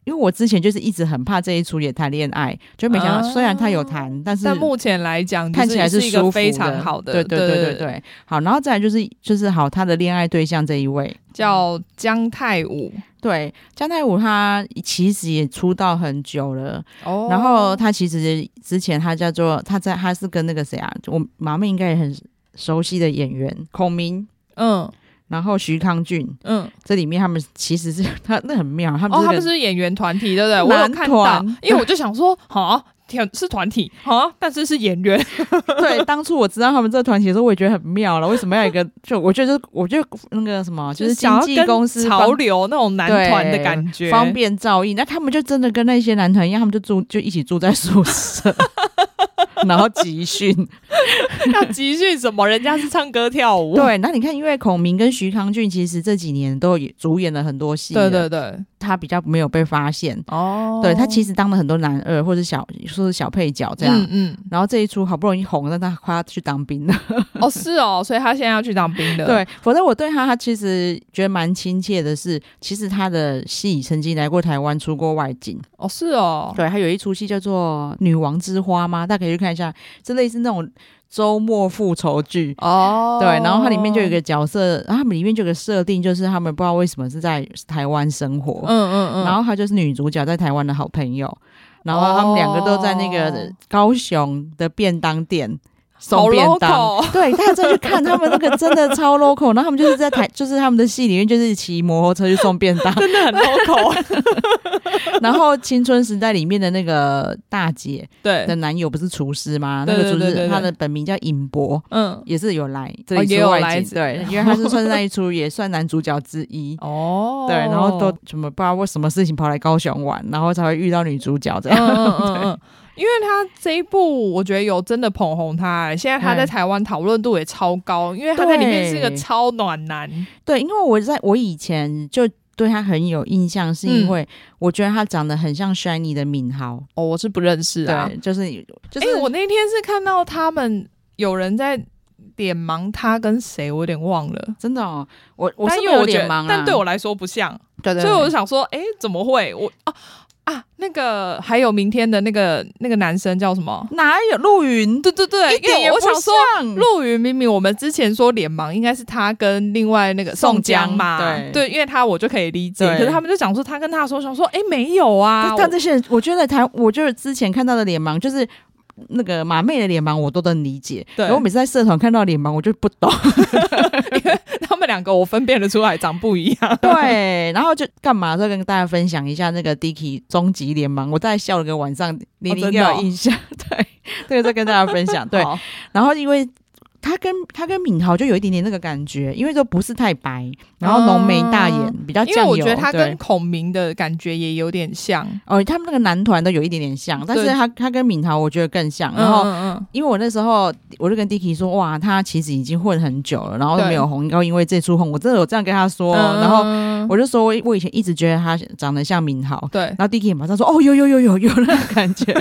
Speaker 1: 因为我之前就是一直很怕这一出也谈恋爱，就没想到
Speaker 2: 啊
Speaker 1: 虽然他有谈，但是
Speaker 2: 但目前来讲，
Speaker 1: 看起来
Speaker 2: 就是是一
Speaker 1: 舒服的
Speaker 2: 个非常好的，
Speaker 1: 对对对对
Speaker 2: 对，
Speaker 1: 对。好，然后再来就是就是好他的恋爱对象这一位，
Speaker 2: 叫姜泰武。
Speaker 1: 对江泰武，他其实也出道很久了，
Speaker 2: 哦
Speaker 1: 然后他其实之前他叫做他在他是跟那个谁啊，我马妹应该也很熟悉的演员孔明，
Speaker 2: 嗯
Speaker 1: 然后徐康俊，
Speaker 2: 嗯，
Speaker 1: 这里面他们其实是 [LAUGHS] 他那很妙，他们
Speaker 2: 哦，
Speaker 1: 这
Speaker 2: 他
Speaker 1: 个
Speaker 2: 们是演员团体，对不对？我有
Speaker 1: 男
Speaker 2: 看到
Speaker 1: 团，
Speaker 2: 因为我就想说， [LAUGHS] 好。天是团体啊，但是是演员，
Speaker 1: 对，当初我知道他们这个团体的时候，我也觉得很妙了。为什么要有一个？就我觉得就是，我觉得那个什么，就是经
Speaker 2: 想
Speaker 1: 纪
Speaker 2: 要
Speaker 1: 公
Speaker 2: 跟
Speaker 1: 司
Speaker 2: 潮
Speaker 1: 方
Speaker 2: 流那种男团的
Speaker 1: 对
Speaker 2: 感觉，
Speaker 1: 方便照应。那他们就真的跟那些男团一样，他们就住就一起住在宿
Speaker 2: [LAUGHS]
Speaker 1: 舍，然后集训。
Speaker 2: 要集训什么？人家是唱歌跳舞，
Speaker 1: 对，那你看，因为孔明跟徐康俊其实这几年都也主演了很多戏，
Speaker 2: 对对，对，
Speaker 1: 他比较没有被发现。
Speaker 2: 哦
Speaker 1: 对他其
Speaker 2: 实
Speaker 1: 实当了很多男二或者小说是小配角这样。
Speaker 2: 嗯
Speaker 1: 然后这一出好不容易红了，但他快要去当兵了。
Speaker 2: 嗯，哦是哦，所以他现在要去当兵的，
Speaker 1: 对，否则我对他，他其实觉得蛮亲切的是，其实他的戏曾经来过台湾，出过外景。
Speaker 2: 哦是哦，
Speaker 1: 对，他有一出戏叫做《女王之花》吗？大家可以去看一下，是类似那种周末复仇剧。
Speaker 2: 哦，
Speaker 1: 对，然后它里面就有一个角色，然后他们里面就有个设定，就是他们不知道为什么是在台湾生活
Speaker 2: 嗯，嗯嗯，
Speaker 1: 然后她就是女主角在台湾的
Speaker 2: 哦
Speaker 1: 好朋友，然后他们两个都在那个高雄的便当店。送便当。[LAUGHS]
Speaker 2: local，
Speaker 1: 对，大家再去看他们那个真的超 local，然后他们就是在台，就是他们的戏里面就是骑摩托车去送便当，
Speaker 2: [LAUGHS] 真的很
Speaker 1: [LAUGHS]
Speaker 2: local。
Speaker 1: 然后青春时代里面的那个大姐
Speaker 2: 对
Speaker 1: 的，男友不是厨师吗？那
Speaker 2: 对
Speaker 1: 个
Speaker 2: 对
Speaker 1: 厨
Speaker 2: 对对
Speaker 1: 师
Speaker 2: 对
Speaker 1: 他的本名叫尹博，
Speaker 2: 嗯，
Speaker 1: 也是有来这
Speaker 2: 哦
Speaker 1: 里
Speaker 2: 也
Speaker 1: 出
Speaker 2: 有
Speaker 1: 外
Speaker 2: 来
Speaker 1: 景，对，因为他是算是那一出也算男主角之一。
Speaker 2: 哦，
Speaker 1: 对，然后都怎么不知道为什么事情跑来高雄玩，然后才会遇到女主角这
Speaker 2: 嗯
Speaker 1: 样。
Speaker 2: 嗯嗯嗯，因为他这一部，我觉得有真的捧红他、欸。现在他在
Speaker 1: 嗯
Speaker 2: 台湾讨论度也超高，因为他在里面是个
Speaker 1: 对
Speaker 2: 超暖男。
Speaker 1: [LAUGHS] 对，因为我在我以前就对他很有印象，是
Speaker 2: 嗯
Speaker 1: 因为我觉得他长得很像 Shiny 的敏豪。
Speaker 2: 哦，我是不认识啊。
Speaker 1: 对，就是就
Speaker 2: 哎、
Speaker 1: 是、
Speaker 2: 我那天是看到他们有人在脸盲，他跟谁我有点忘了。
Speaker 1: 真的哦，我我
Speaker 2: 但
Speaker 1: 是
Speaker 2: 因
Speaker 1: 没
Speaker 2: 为
Speaker 1: 有
Speaker 2: 我觉
Speaker 1: 脸
Speaker 2: 得，
Speaker 1: 盲啊，
Speaker 2: 但对我来说不像，
Speaker 1: 对对
Speaker 2: 所以我就
Speaker 1: 对
Speaker 2: 想说，哎、怎么会？我哦啊，那个还有明天的那个那个男生叫什么？
Speaker 1: 哪有陆云？
Speaker 2: 对对对，
Speaker 1: 一点
Speaker 2: 因为
Speaker 1: 也
Speaker 2: 我
Speaker 1: 不
Speaker 2: 我想说，
Speaker 1: 像。
Speaker 2: 陆云明明我们之前说脸盲应该是他跟另外那个
Speaker 1: 宋江
Speaker 2: 江嘛，
Speaker 1: 对
Speaker 2: 因为他我就可以理解，
Speaker 1: 对
Speaker 2: 可是他们就讲说他跟他说，想说哎、诶没有啊，
Speaker 1: 但这些人，我觉得台，我就是之前看到的脸盲，就是那个马妹的脸盲，我都能理解。
Speaker 2: 对
Speaker 1: 然后我每次在社团看到脸盲，我就不懂。
Speaker 2: 我 [LAUGHS] 他们两个我分辨得出来长不一 [LAUGHS] 样，
Speaker 1: 对，然后就干嘛？再跟大家分享一下那个 Dicky 终极联盟，我大概笑了个晚上，你你应
Speaker 2: 真的
Speaker 1: 该
Speaker 2: 哦
Speaker 1: 有印象。对，对，再跟大家分
Speaker 2: [LAUGHS]
Speaker 1: 享。对，
Speaker 2: 好
Speaker 1: 然后因为他跟他跟敏豪就有一点点那个感觉，因为都不是太白，然后浓眉大眼，
Speaker 2: 啊
Speaker 1: 比较
Speaker 2: 因为
Speaker 1: 酱油。
Speaker 2: 我觉得他
Speaker 1: 对
Speaker 2: 跟孔明的感觉也有点像，
Speaker 1: 哦，他们那个男团都有一点点像，但是
Speaker 2: 对
Speaker 1: 他他跟敏豪我觉得更像。然
Speaker 2: 然
Speaker 1: 后
Speaker 2: 后嗯
Speaker 1: 因为我那时候我就跟 Dicky 说，哇，他其实已经混很久了，然后都
Speaker 2: 对嗯
Speaker 1: 没有红，然后因为这出红，我真的有这样跟他说，然后
Speaker 2: 后
Speaker 1: 我就说我我以前一直觉得他长得像敏豪。
Speaker 2: 对。
Speaker 1: 然后 Dicky 也马上说：“哦，有有有有有那个感觉。”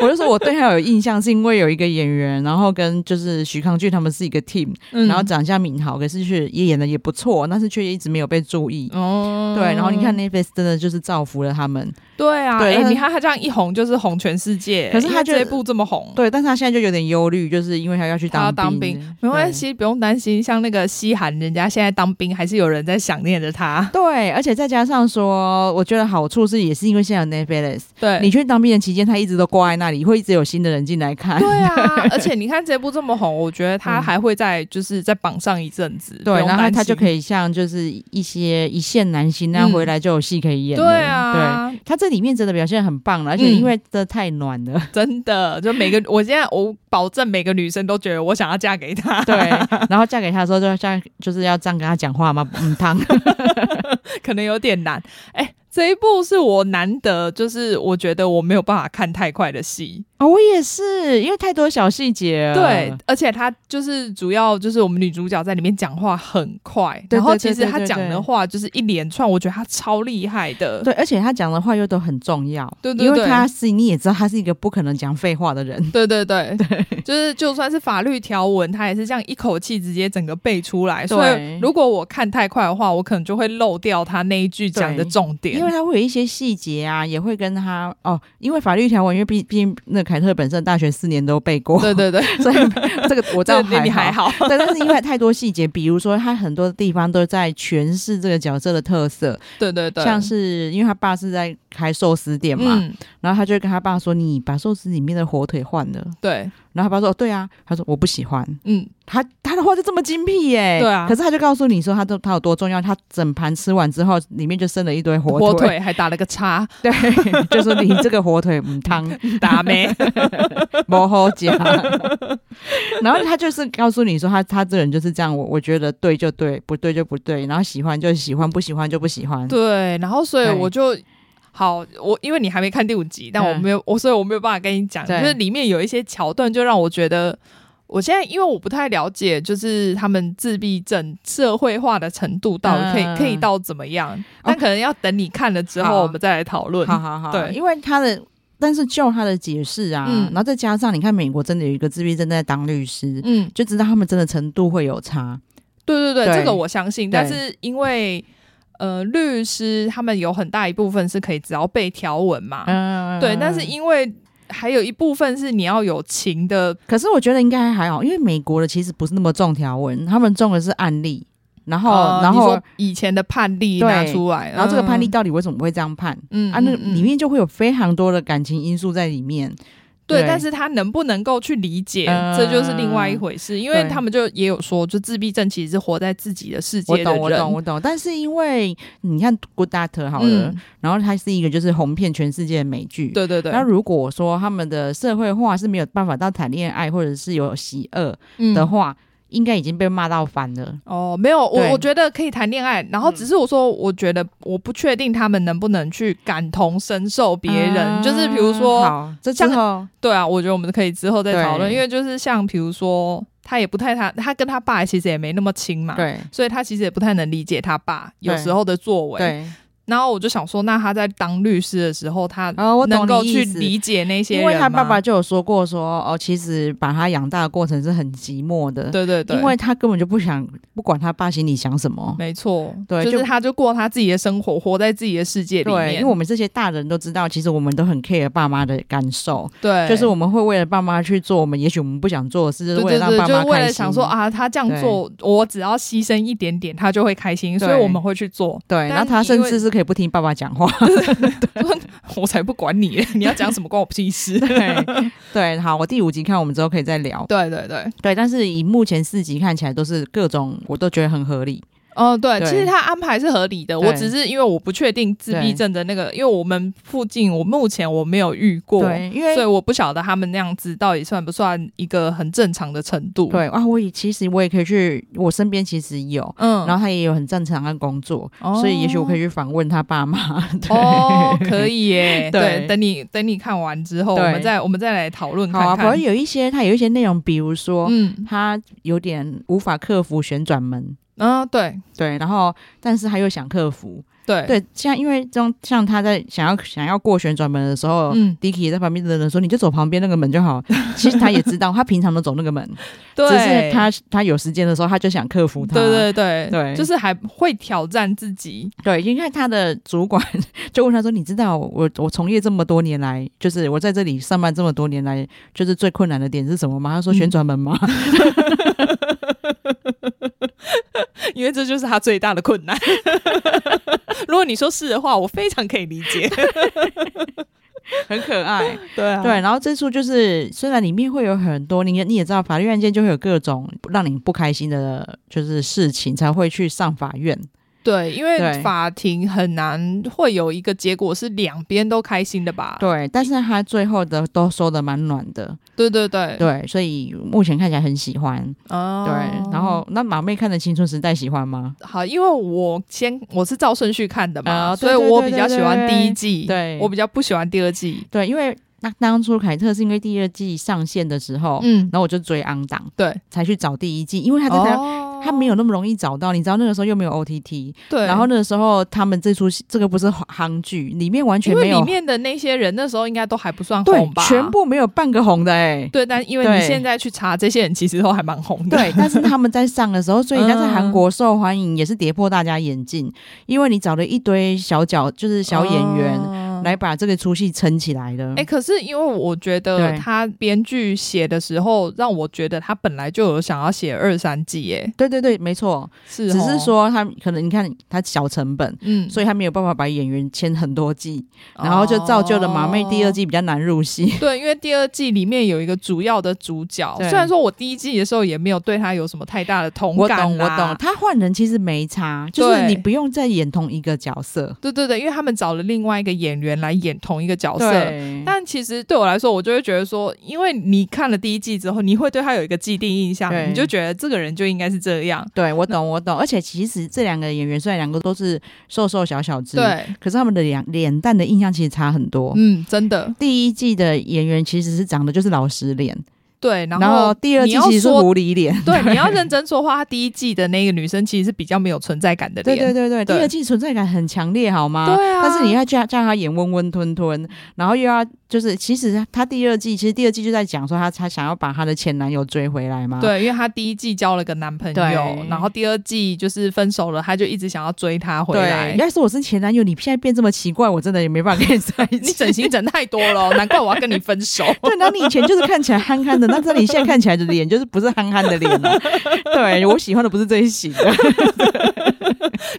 Speaker 1: 我就说我对他有印象，是因为有一个演员，然后跟就是徐康俊他们是一个 team，、
Speaker 2: 嗯
Speaker 1: 然后长相敏豪，可是却也演的也不错，但是却一直没有被注意。
Speaker 2: 哦，
Speaker 1: 对，然后你看 Netflix 真的就是造福了他们。
Speaker 2: 对啊，
Speaker 1: 对
Speaker 2: 哎
Speaker 1: 但是
Speaker 2: 你看他这样一红就是红全世界，
Speaker 1: 可是他
Speaker 2: 因为
Speaker 1: 就
Speaker 2: 这一部这么红，
Speaker 1: 对，但是他现在就有点忧虑，就是因为他要去
Speaker 2: 他要
Speaker 1: 当
Speaker 2: 当
Speaker 1: 兵，
Speaker 2: 没关
Speaker 1: 对。
Speaker 2: 系，不用担心。像那个西韩，人家现在当兵，还是有人在想念
Speaker 1: [LAUGHS]
Speaker 2: 着他。
Speaker 1: 对，而且再加上说，我觉得好处是，也是因为现在有 Netflix，
Speaker 2: 对
Speaker 1: 你去当兵的期间，他一直都挂在那里，会一直有新的人进来看。
Speaker 2: 对啊，而且你看这部这么红，我觉得他
Speaker 1: 嗯
Speaker 2: 还会在就是在榜上一阵子。
Speaker 1: [LAUGHS] 对，然后他就可
Speaker 2: 以
Speaker 1: 以像就是一些一线男星那样
Speaker 2: 嗯
Speaker 1: 回来就有戏可以演了、
Speaker 2: 对啊，
Speaker 1: 对，他这里面真的表现很棒了，而且
Speaker 2: 嗯
Speaker 1: 因为真的太暖
Speaker 2: [LAUGHS]
Speaker 1: 了，
Speaker 2: 真的，就
Speaker 1: [LAUGHS]
Speaker 2: 每个我现在我保证每个女生都觉得我想要嫁给他，
Speaker 1: 对。然后嫁给他的时候，就像就是要这样跟他讲话吗？嗯，
Speaker 2: [LAUGHS]
Speaker 1: 汤。
Speaker 2: [LAUGHS] 可能有点难。哎、这一部是我难得，就是我觉得我没有办法看太快的戏，
Speaker 1: 哦，我也是，因为太多小细节了。
Speaker 2: 对，而且她就是主要就是我们女主角在里面讲话很快，
Speaker 1: 对
Speaker 2: 然后
Speaker 1: 对
Speaker 2: 其
Speaker 1: 对
Speaker 2: 实
Speaker 1: 对
Speaker 2: 她
Speaker 1: 对
Speaker 2: 讲
Speaker 1: 对
Speaker 2: 的话就是一连串，我觉得她超厉害的。
Speaker 1: 对，而且他讲的话又都很重要。
Speaker 2: 对对
Speaker 1: 因为
Speaker 2: 对
Speaker 1: 他是你也知道，他是一个不可能讲废话的人。
Speaker 2: 对对对，
Speaker 1: [LAUGHS]
Speaker 2: 就是就算是法律条文，她也是这样一口气直接整个背出来。所以
Speaker 1: 对
Speaker 2: 如果我看太快的话，我可能就会漏掉她那一句讲的
Speaker 1: 对
Speaker 2: 重点。
Speaker 1: 因为他会有一些细节啊，也会跟他哦，因为法律条文，因为毕毕竟那凯特本身大学四年都背过，
Speaker 2: 对对对，
Speaker 1: 所以 [LAUGHS] 这个我知道
Speaker 2: [LAUGHS] 这个你还
Speaker 1: 还好。
Speaker 2: 好。
Speaker 1: [LAUGHS] 对，但是因为太多细节，比如说他很多地方都在诠释这个角色的特色，
Speaker 2: 对对对，
Speaker 1: 像是因为他爸是在开寿司店嘛，
Speaker 2: 嗯，
Speaker 1: 然后他就会跟他爸说：“你把寿司里面的火腿换了。
Speaker 2: 对，”
Speaker 1: 然后他爸说：“哦对啊。”他说：“我不喜欢。”
Speaker 2: 嗯，
Speaker 1: 他他的话就这么精辟耶、
Speaker 2: 对啊
Speaker 1: 可是他就告诉你说他都他有多重要，他整盘吃完之后，里面就剩了一堆火
Speaker 2: 火腿还打了个
Speaker 1: [LAUGHS]
Speaker 2: 叉，
Speaker 1: 对，就说你这个火腿唔
Speaker 2: [LAUGHS]
Speaker 1: 汤
Speaker 2: 打没？
Speaker 1: 不好讲。 [LAUGHS] 然后他就是告诉你说他他这人就是这样，我我觉得对就对，不对就不对，然后喜欢就喜欢，不喜欢就不喜欢。
Speaker 2: 对，然后所以
Speaker 1: 对
Speaker 2: 我就。好，我因为你还没看第五集，但我
Speaker 1: 嗯
Speaker 2: 没有，我所以我没有办法跟你讲，就
Speaker 1: 对
Speaker 2: 是里面有一些桥段，就让我觉得，我现在因为我不太了解，就是他们自闭症社会化的程度到底可以、
Speaker 1: 嗯
Speaker 2: 可以到怎么样，但可能要等你看了之后，
Speaker 1: 好
Speaker 2: 我们再来讨论。
Speaker 1: 好好好，
Speaker 2: 对
Speaker 1: 因为他的。但是就他的解释啊，
Speaker 2: 嗯
Speaker 1: 然后再加上你看，美国真的有一个自闭症在当律师，
Speaker 2: 嗯，
Speaker 1: 就知道他们真的程度会有差。
Speaker 2: 对对对，
Speaker 1: 对
Speaker 2: 这个我相信，
Speaker 1: 对
Speaker 2: 但是因为呃，律师他们有很大一部分是可以只要背条文嘛，
Speaker 1: 嗯，
Speaker 2: 啊对，但是因为还有一部分是你要有情的，
Speaker 1: 可是我觉得应该还好，因为美国的其实不是那么重条文，他们重的是案例，然后、
Speaker 2: 呃
Speaker 1: 然
Speaker 2: 你
Speaker 1: 后
Speaker 2: 说以前的判例
Speaker 1: 对
Speaker 2: 拿出来，
Speaker 1: 然后这个判例
Speaker 2: 嗯，
Speaker 1: 到底为什么会这样判？
Speaker 2: 嗯
Speaker 1: 啊，那
Speaker 2: 嗯嗯
Speaker 1: 里面就会有非常多的感情因素在里面。
Speaker 2: 对，
Speaker 1: 对
Speaker 2: 但是他能不能够去理解，
Speaker 1: 嗯
Speaker 2: 这就是另外一回事。因为
Speaker 1: 对
Speaker 2: 他们就也有说，就自闭症其实是活在自己的世
Speaker 1: 我
Speaker 2: 界的
Speaker 1: 懂，我
Speaker 2: 人。
Speaker 1: 懂，我懂。但是因为你看《Good Doctor》好了，
Speaker 2: 嗯，
Speaker 1: 然后它是一个就是红遍全世界的美剧。。
Speaker 2: 对对对
Speaker 1: 那。如果说他们的社会化是没有办法到谈恋爱，或者是有喜恶
Speaker 2: 嗯
Speaker 1: 的话，应该已经被骂到翻了。
Speaker 2: 哦，没有，
Speaker 1: 对
Speaker 2: 我我觉得可以谈恋爱，然后只是我说，我觉得我不确定他们能不能去感同身受别人，
Speaker 1: 啊
Speaker 2: 就是比如说，
Speaker 1: 好，这之后
Speaker 2: 对啊，我觉得我们可以之后再讨论，
Speaker 1: 对
Speaker 2: 因为就是像比如说，他也不太他他跟他爸其实也没那么亲嘛，，
Speaker 1: 对
Speaker 2: 所以他其实也不太能理解他爸有
Speaker 1: 对
Speaker 2: 时候的作为，
Speaker 1: 对，
Speaker 2: 然后我就想说，那他在当律师的时候，他
Speaker 1: 哦我懂
Speaker 2: 能够
Speaker 1: 你
Speaker 2: 去
Speaker 1: 意思
Speaker 2: 理解那些
Speaker 1: 因
Speaker 2: 人
Speaker 1: 为他爸
Speaker 2: 吗
Speaker 1: 爸就有说过说，哦，其实把他养大的过程是很寂寞的，
Speaker 2: 对对对，
Speaker 1: 因为他根本就不想不管他爸心里想什么。
Speaker 2: 没错，
Speaker 1: 对
Speaker 2: 就是
Speaker 1: 就
Speaker 2: 他就过他自己的生活，活在自己的世界里
Speaker 1: 对，
Speaker 2: 面。
Speaker 1: 因为我们这些大人都知道，其实我们都很 care 爸妈的感受，
Speaker 2: 对，
Speaker 1: 就是我们会为了爸妈去做我们也许我们不想做的事，就
Speaker 2: 对
Speaker 1: 是为
Speaker 2: 对
Speaker 1: 了让
Speaker 2: 对，
Speaker 1: 爸
Speaker 2: 就是
Speaker 1: 妈
Speaker 2: 为
Speaker 1: 开
Speaker 2: 了
Speaker 1: 心。
Speaker 2: 想说啊，他这样做，我只要牺牲一点点，他就会开心，所以
Speaker 1: 对
Speaker 2: 我们会
Speaker 1: [LAUGHS]
Speaker 2: 去做。
Speaker 1: 对，
Speaker 2: 但
Speaker 1: 然后他
Speaker 2: 你因
Speaker 1: 甚
Speaker 2: 为
Speaker 1: 至是可以不听爸爸讲
Speaker 2: [LAUGHS]
Speaker 1: 话。
Speaker 2: 我才不管你，
Speaker 1: [LAUGHS]
Speaker 2: 你要讲什么关我屁 [LAUGHS] 事。
Speaker 1: 对对，好，我第五集看，我们之后可以再聊。
Speaker 2: 对对对，
Speaker 1: 对，但是以目前四集看起来都是各种，我都觉得很合理。
Speaker 2: 哦，对，
Speaker 1: 对
Speaker 2: 其实他安排是合理的，
Speaker 1: 对
Speaker 2: 我只是因为我不确定自闭症的那个，因为我们附近我目前我没有遇过，
Speaker 1: 对，因为
Speaker 2: 所以我不晓得他们那样子到底算不算一个很正常的程度。，
Speaker 1: 对啊，我也其实我也可以去，我身边其实有，
Speaker 2: 嗯，
Speaker 1: 然
Speaker 2: 后
Speaker 1: 后他也有很正常的工作，所以也许我可以去访问他爸妈。 [LAUGHS] 对，
Speaker 2: 哦，可以耶，
Speaker 1: 对
Speaker 2: 对，等你等你看完之后，我
Speaker 1: 对
Speaker 2: 们再我们再来讨论
Speaker 1: 好啊。
Speaker 2: 看
Speaker 1: 反正
Speaker 2: 看。
Speaker 1: 有一些他有一些内容，比如说、
Speaker 2: 嗯
Speaker 1: 他有点无法克服旋转门，
Speaker 2: 嗯，对
Speaker 1: 对，然后但是他又想克服，
Speaker 2: 对，
Speaker 1: 对，像因为这种像他在想要想要过旋转门的时候。
Speaker 2: 嗯
Speaker 1: Dicky 在旁边的人说：“你就走旁边那个门就
Speaker 2: [LAUGHS]
Speaker 1: 好。”其实他也知道，他平常都走那个门，
Speaker 2: 对，
Speaker 1: 只是他他有时间的时候，他就想克服他。
Speaker 2: 对对对
Speaker 1: 对
Speaker 2: 就是还会挑战自己。
Speaker 1: 对，因为他的主管就问他说：“你知道我我从业这么多年来，就是我在这里上班这么多年来，就是最困难的点是什么吗？”他说：“
Speaker 2: 嗯
Speaker 1: 旋转门吗？
Speaker 2: 因为这就是他最大的困
Speaker 1: [LAUGHS]
Speaker 2: 难。 [LAUGHS] 如果你说是的话，我非常可以理解。 [LAUGHS]
Speaker 1: 很可 [LAUGHS] 爱。
Speaker 2: 对
Speaker 1: [LAUGHS]
Speaker 2: 啊
Speaker 1: 对，然后这处就是虽然里面会有很多，你也你也知道，法律案件就会有各种让你不开心的，就是事情才会去上法院。
Speaker 2: 对，因为
Speaker 1: 对
Speaker 2: 法庭很难会有一个结果是两边都开心的吧？
Speaker 1: 对，但是他最后的都收的蛮暖的，
Speaker 2: 对对对
Speaker 1: 对，所以目前看起来很喜欢。
Speaker 2: 哦
Speaker 1: 对，然后那马妹看的《青春时代》喜欢吗？
Speaker 2: 好，因为我先我是照顺序看的嘛，
Speaker 1: 啊对
Speaker 2: 所以
Speaker 1: 对
Speaker 2: 我
Speaker 1: 对
Speaker 2: 比
Speaker 1: 对
Speaker 2: 较喜欢第一季，
Speaker 1: 对
Speaker 2: 我比较不喜欢第二季。
Speaker 1: 对，因为那当初凯特是因为第二季上线的时候，
Speaker 2: 嗯，
Speaker 1: 然后我就追昂档
Speaker 2: 对，
Speaker 1: 才去找第一季，因为他在台、
Speaker 2: 哦
Speaker 1: 他没有那么容易找到，你知道那个时候又没有 OTT，
Speaker 2: 对，
Speaker 1: 然后那个时候他们这出戏这个不是夯剧，里面完全
Speaker 2: 因为
Speaker 1: 没有
Speaker 2: 里面的那些人那时候应该都还不算
Speaker 1: 对
Speaker 2: 红吧，，
Speaker 1: 全部没有半个红的哎、
Speaker 2: 对，但因为你
Speaker 1: 对
Speaker 2: 现在去查，这些人其实都还蛮红的，
Speaker 1: 对， [LAUGHS] 但是他们在上的时候，所以他在
Speaker 2: 嗯
Speaker 1: 韩国受欢迎也是跌破大家眼镜，因为你找了一堆小角，就是小演员、
Speaker 2: 哦
Speaker 1: 来把这个出戏撑起来的。
Speaker 2: 哎、可是因为我觉得
Speaker 1: 对
Speaker 2: 他编剧写的时候，让我觉得他本来就有想要写二三季，耶，
Speaker 1: 对对对，没错，
Speaker 2: 是，哦
Speaker 1: 只是，哦说他可能你看他小成本，
Speaker 2: 嗯
Speaker 1: 所以他没有办法把演员签很多季，然后就造就了马妹第二。
Speaker 2: 哦
Speaker 1: 季比较难入戏。
Speaker 2: 对，因为第二季里面有一个主要的主角，
Speaker 1: 对
Speaker 2: 虽然说我第一季的时候也没有对他有什么太大的同
Speaker 1: 我
Speaker 2: 感
Speaker 1: 懂，我
Speaker 2: 啦
Speaker 1: 懂，。他换人其实没差，就是
Speaker 2: 对
Speaker 1: 你不用再演同一个角色。
Speaker 2: 对对对，因为他们找了另外一个演员来演同一个角色，
Speaker 1: 对，
Speaker 2: 但其实对我来说，我就会觉得说，因为你看了第一季之后，你会对他有一个既定印象，
Speaker 1: 对
Speaker 2: 你就觉得这个人就应该是这样。
Speaker 1: 对我懂，我懂。而且其实这两个演员虽然两个都是瘦瘦小小只，
Speaker 2: 对，
Speaker 1: 可是他们的脸脸蛋的印象其实差很多。
Speaker 2: 嗯，真的。
Speaker 1: 第一季的演员其实是长得就是老实脸，
Speaker 2: 对，
Speaker 1: 然
Speaker 2: 后
Speaker 1: 第二
Speaker 2: 你
Speaker 1: 季
Speaker 2: 要
Speaker 1: 其实是
Speaker 2: 说
Speaker 1: 狐狸脸。
Speaker 2: [LAUGHS] 对，你要认真说话。她第一季的那个女生其实是比较没有存在感的
Speaker 1: 对
Speaker 2: 脸，
Speaker 1: 对对对，第
Speaker 2: 对
Speaker 1: 二季存在感很强烈，好吗？
Speaker 2: 对啊
Speaker 1: 但是你要叫叫他演温温吞吞，然后又要就是，其实他第二季，其实第二季就在讲说他他想要把他的前男友追回来嘛。
Speaker 2: 对因为她第一季交了个男朋友
Speaker 1: 对，
Speaker 2: 然后第二季就是分手了，她就一直想要追他回
Speaker 1: 对，
Speaker 2: 来。
Speaker 1: 要是我是前男友，你现在变这么奇怪，我真的也没办法跟你在一
Speaker 2: 你
Speaker 1: 起。
Speaker 2: 整形整太多
Speaker 1: [LAUGHS]
Speaker 2: 了哦，难怪我要跟你分手。 [LAUGHS]
Speaker 1: 对，那你以前就是看起来憨憨的，那这你现在看起来 [LAUGHS] 的脸就是不是憨憨的脸了、对我喜欢的不是这一型的。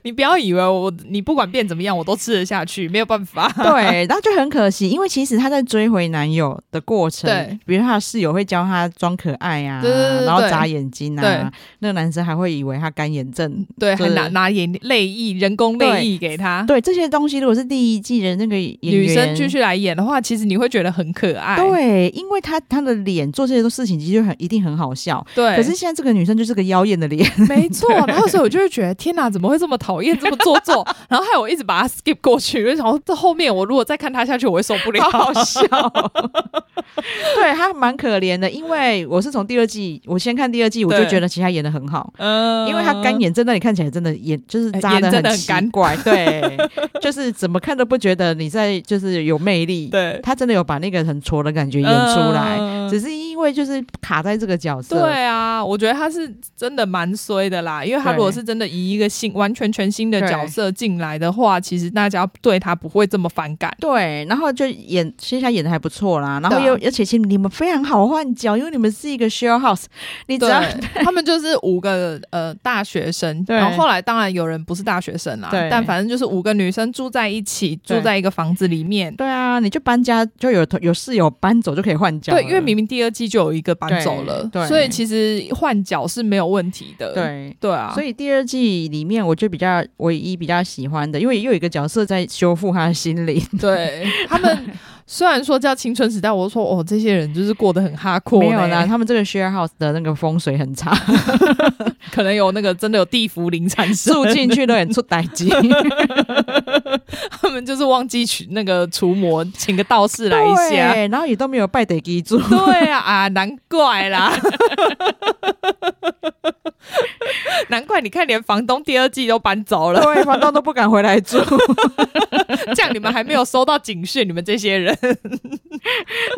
Speaker 2: 你不要以为我你不管变怎么样，我都吃得下去，没有办法。
Speaker 1: 对，然后就很可惜，因为其实她在追回男友的过程，
Speaker 2: 对，
Speaker 1: 比如她的室友会教她装可爱啊，
Speaker 2: 对对对对
Speaker 1: 然后眨眼睛
Speaker 2: 对
Speaker 1: 啊，那个男生还会以为她干眼症。
Speaker 2: 对，还
Speaker 1: 对
Speaker 2: 拿拿眼泪液、人工泪液给他。
Speaker 1: 对这些东西，如果是第一季的那个演员
Speaker 2: 女生继续来演的话，其实你会觉得很可爱。
Speaker 1: 对，因为她她的脸做这些事情，其实就很一定很好笑。
Speaker 2: 对，
Speaker 1: 可是现在这个女生就是个妖艳的脸，
Speaker 2: 没 [LAUGHS] 错。然后所以我就会觉得，天哪，怎么会这么讨厌，这么做 [LAUGHS] 作？然后还有我一直把它 skip 过去，因为然后这后面我如果再看他下去，我会受不了。
Speaker 1: 好好笑。 [LAUGHS] 对她蛮可怜的，因为我是从第二季，我先看第二季，我就
Speaker 2: 对
Speaker 1: 觉得其实她演的很好。
Speaker 2: [LAUGHS] 嗯，呃
Speaker 1: 因为她干眼症那里看起来真的眼就是扎
Speaker 2: 眼
Speaker 1: 的
Speaker 2: 真的很
Speaker 1: 奇
Speaker 2: 干
Speaker 1: 怪，对，就是怎么看都不觉得你在就是有魅力。
Speaker 2: [LAUGHS] 对
Speaker 1: 她真的有把那个很挫的感觉演出来，
Speaker 2: 嗯
Speaker 1: 只是因为就是卡在这个角色。
Speaker 2: 对啊，我觉得他是真的蛮衰的啦，因为他
Speaker 1: 对
Speaker 2: 如果是真的以一个新完全全新的
Speaker 1: 对
Speaker 2: 角色进来的话，其实大家对他不会这么反感。
Speaker 1: 对，然后就演，其实她演的还不错啦。然后
Speaker 2: 对啊
Speaker 1: 又，而且其实你们非常好换角，因为你们是一个 share house，你只
Speaker 2: 对
Speaker 1: 要，
Speaker 2: [LAUGHS] 他们就是五个呃大学生，
Speaker 1: 对
Speaker 2: 然后后来当然有人不是大学生啦
Speaker 1: 对，
Speaker 2: 但反正就是五个女生住在一起，
Speaker 1: 对
Speaker 2: 住在一个房子里面。
Speaker 1: 对啊，你就搬家就有有室友搬走就可以换角了。
Speaker 2: 对，因为明明第二季就有一个搬走了
Speaker 1: 对对，
Speaker 2: 所以其实换角是没有问题的。
Speaker 1: 对。
Speaker 2: 对啊，
Speaker 1: 所
Speaker 2: 以
Speaker 1: 以第二季里面，我就比较唯一比较喜欢的，因为又有一个角色在修复他的心灵， [LAUGHS]
Speaker 2: 对他们虽然说叫青春时代，我就说哦，这些人就是过得很哈阔，
Speaker 1: 没有啦，，他们这个 share house 的那个风水很 [LAUGHS] 差，
Speaker 2: 可能有那个真的有地府灵产生，
Speaker 1: 住进去都很出歹机。
Speaker 2: 他们就是忘记取那个除魔，请个道士来一下。
Speaker 1: 对，然后也都没有拜得基住。
Speaker 2: 对啊，啊，难怪啦， [LAUGHS] 难怪你看，连房东第二季都搬走 [LAUGHS] 了，
Speaker 1: 对，房东都不敢回来 [LAUGHS] 住，
Speaker 2: 这样你们还没有收到警讯，你们这些人，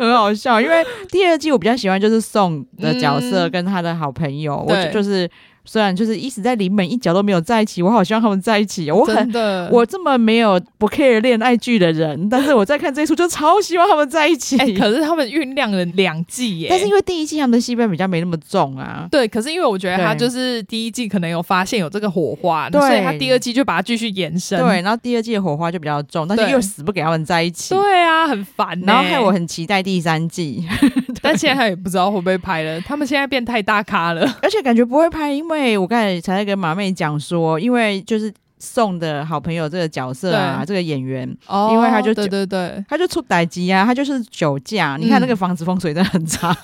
Speaker 1: 很好笑。因为第二季我比较喜欢就是宋的角色
Speaker 2: 嗯
Speaker 1: 跟他的好朋友，我
Speaker 2: 对
Speaker 1: 就就是虽然就是一直在临门一脚都没有在一起，我好希望他们在一起哦。我很
Speaker 2: 的
Speaker 1: 我这么没有不 care 恋爱剧的人， [LAUGHS] 但是我在看这一出就超希望他们在一起。
Speaker 2: 哎、可是他们酝酿了两季耶，
Speaker 1: 但是因为第一季他们的戏份比较没那么重啊，
Speaker 2: 对，可是因为我觉得他
Speaker 1: 对
Speaker 2: 就是第一季可能有发现有这个火花，
Speaker 1: 对
Speaker 2: 所以他第二季就把它继续延伸。
Speaker 1: 对，然后第二季的火花就比较重，但是
Speaker 2: 对
Speaker 1: 又死不给他们在一起。
Speaker 2: 对啊，很烦、
Speaker 1: 然后害我，很期待第三季，
Speaker 2: [LAUGHS] 但现在他也不知道会不会拍了。他们现在变太大咖 [LAUGHS] 了，
Speaker 1: 而且感觉不会拍，因为我刚才才在跟马妹讲说，因为就是宋的好朋友这个角色啊，
Speaker 2: 对
Speaker 1: 这个演员，
Speaker 2: 哦
Speaker 1: 因为他就
Speaker 2: 对对对，
Speaker 1: 他就出歹机啊，他就是酒驾，你看
Speaker 2: 嗯
Speaker 1: 那个房子风水真的很差。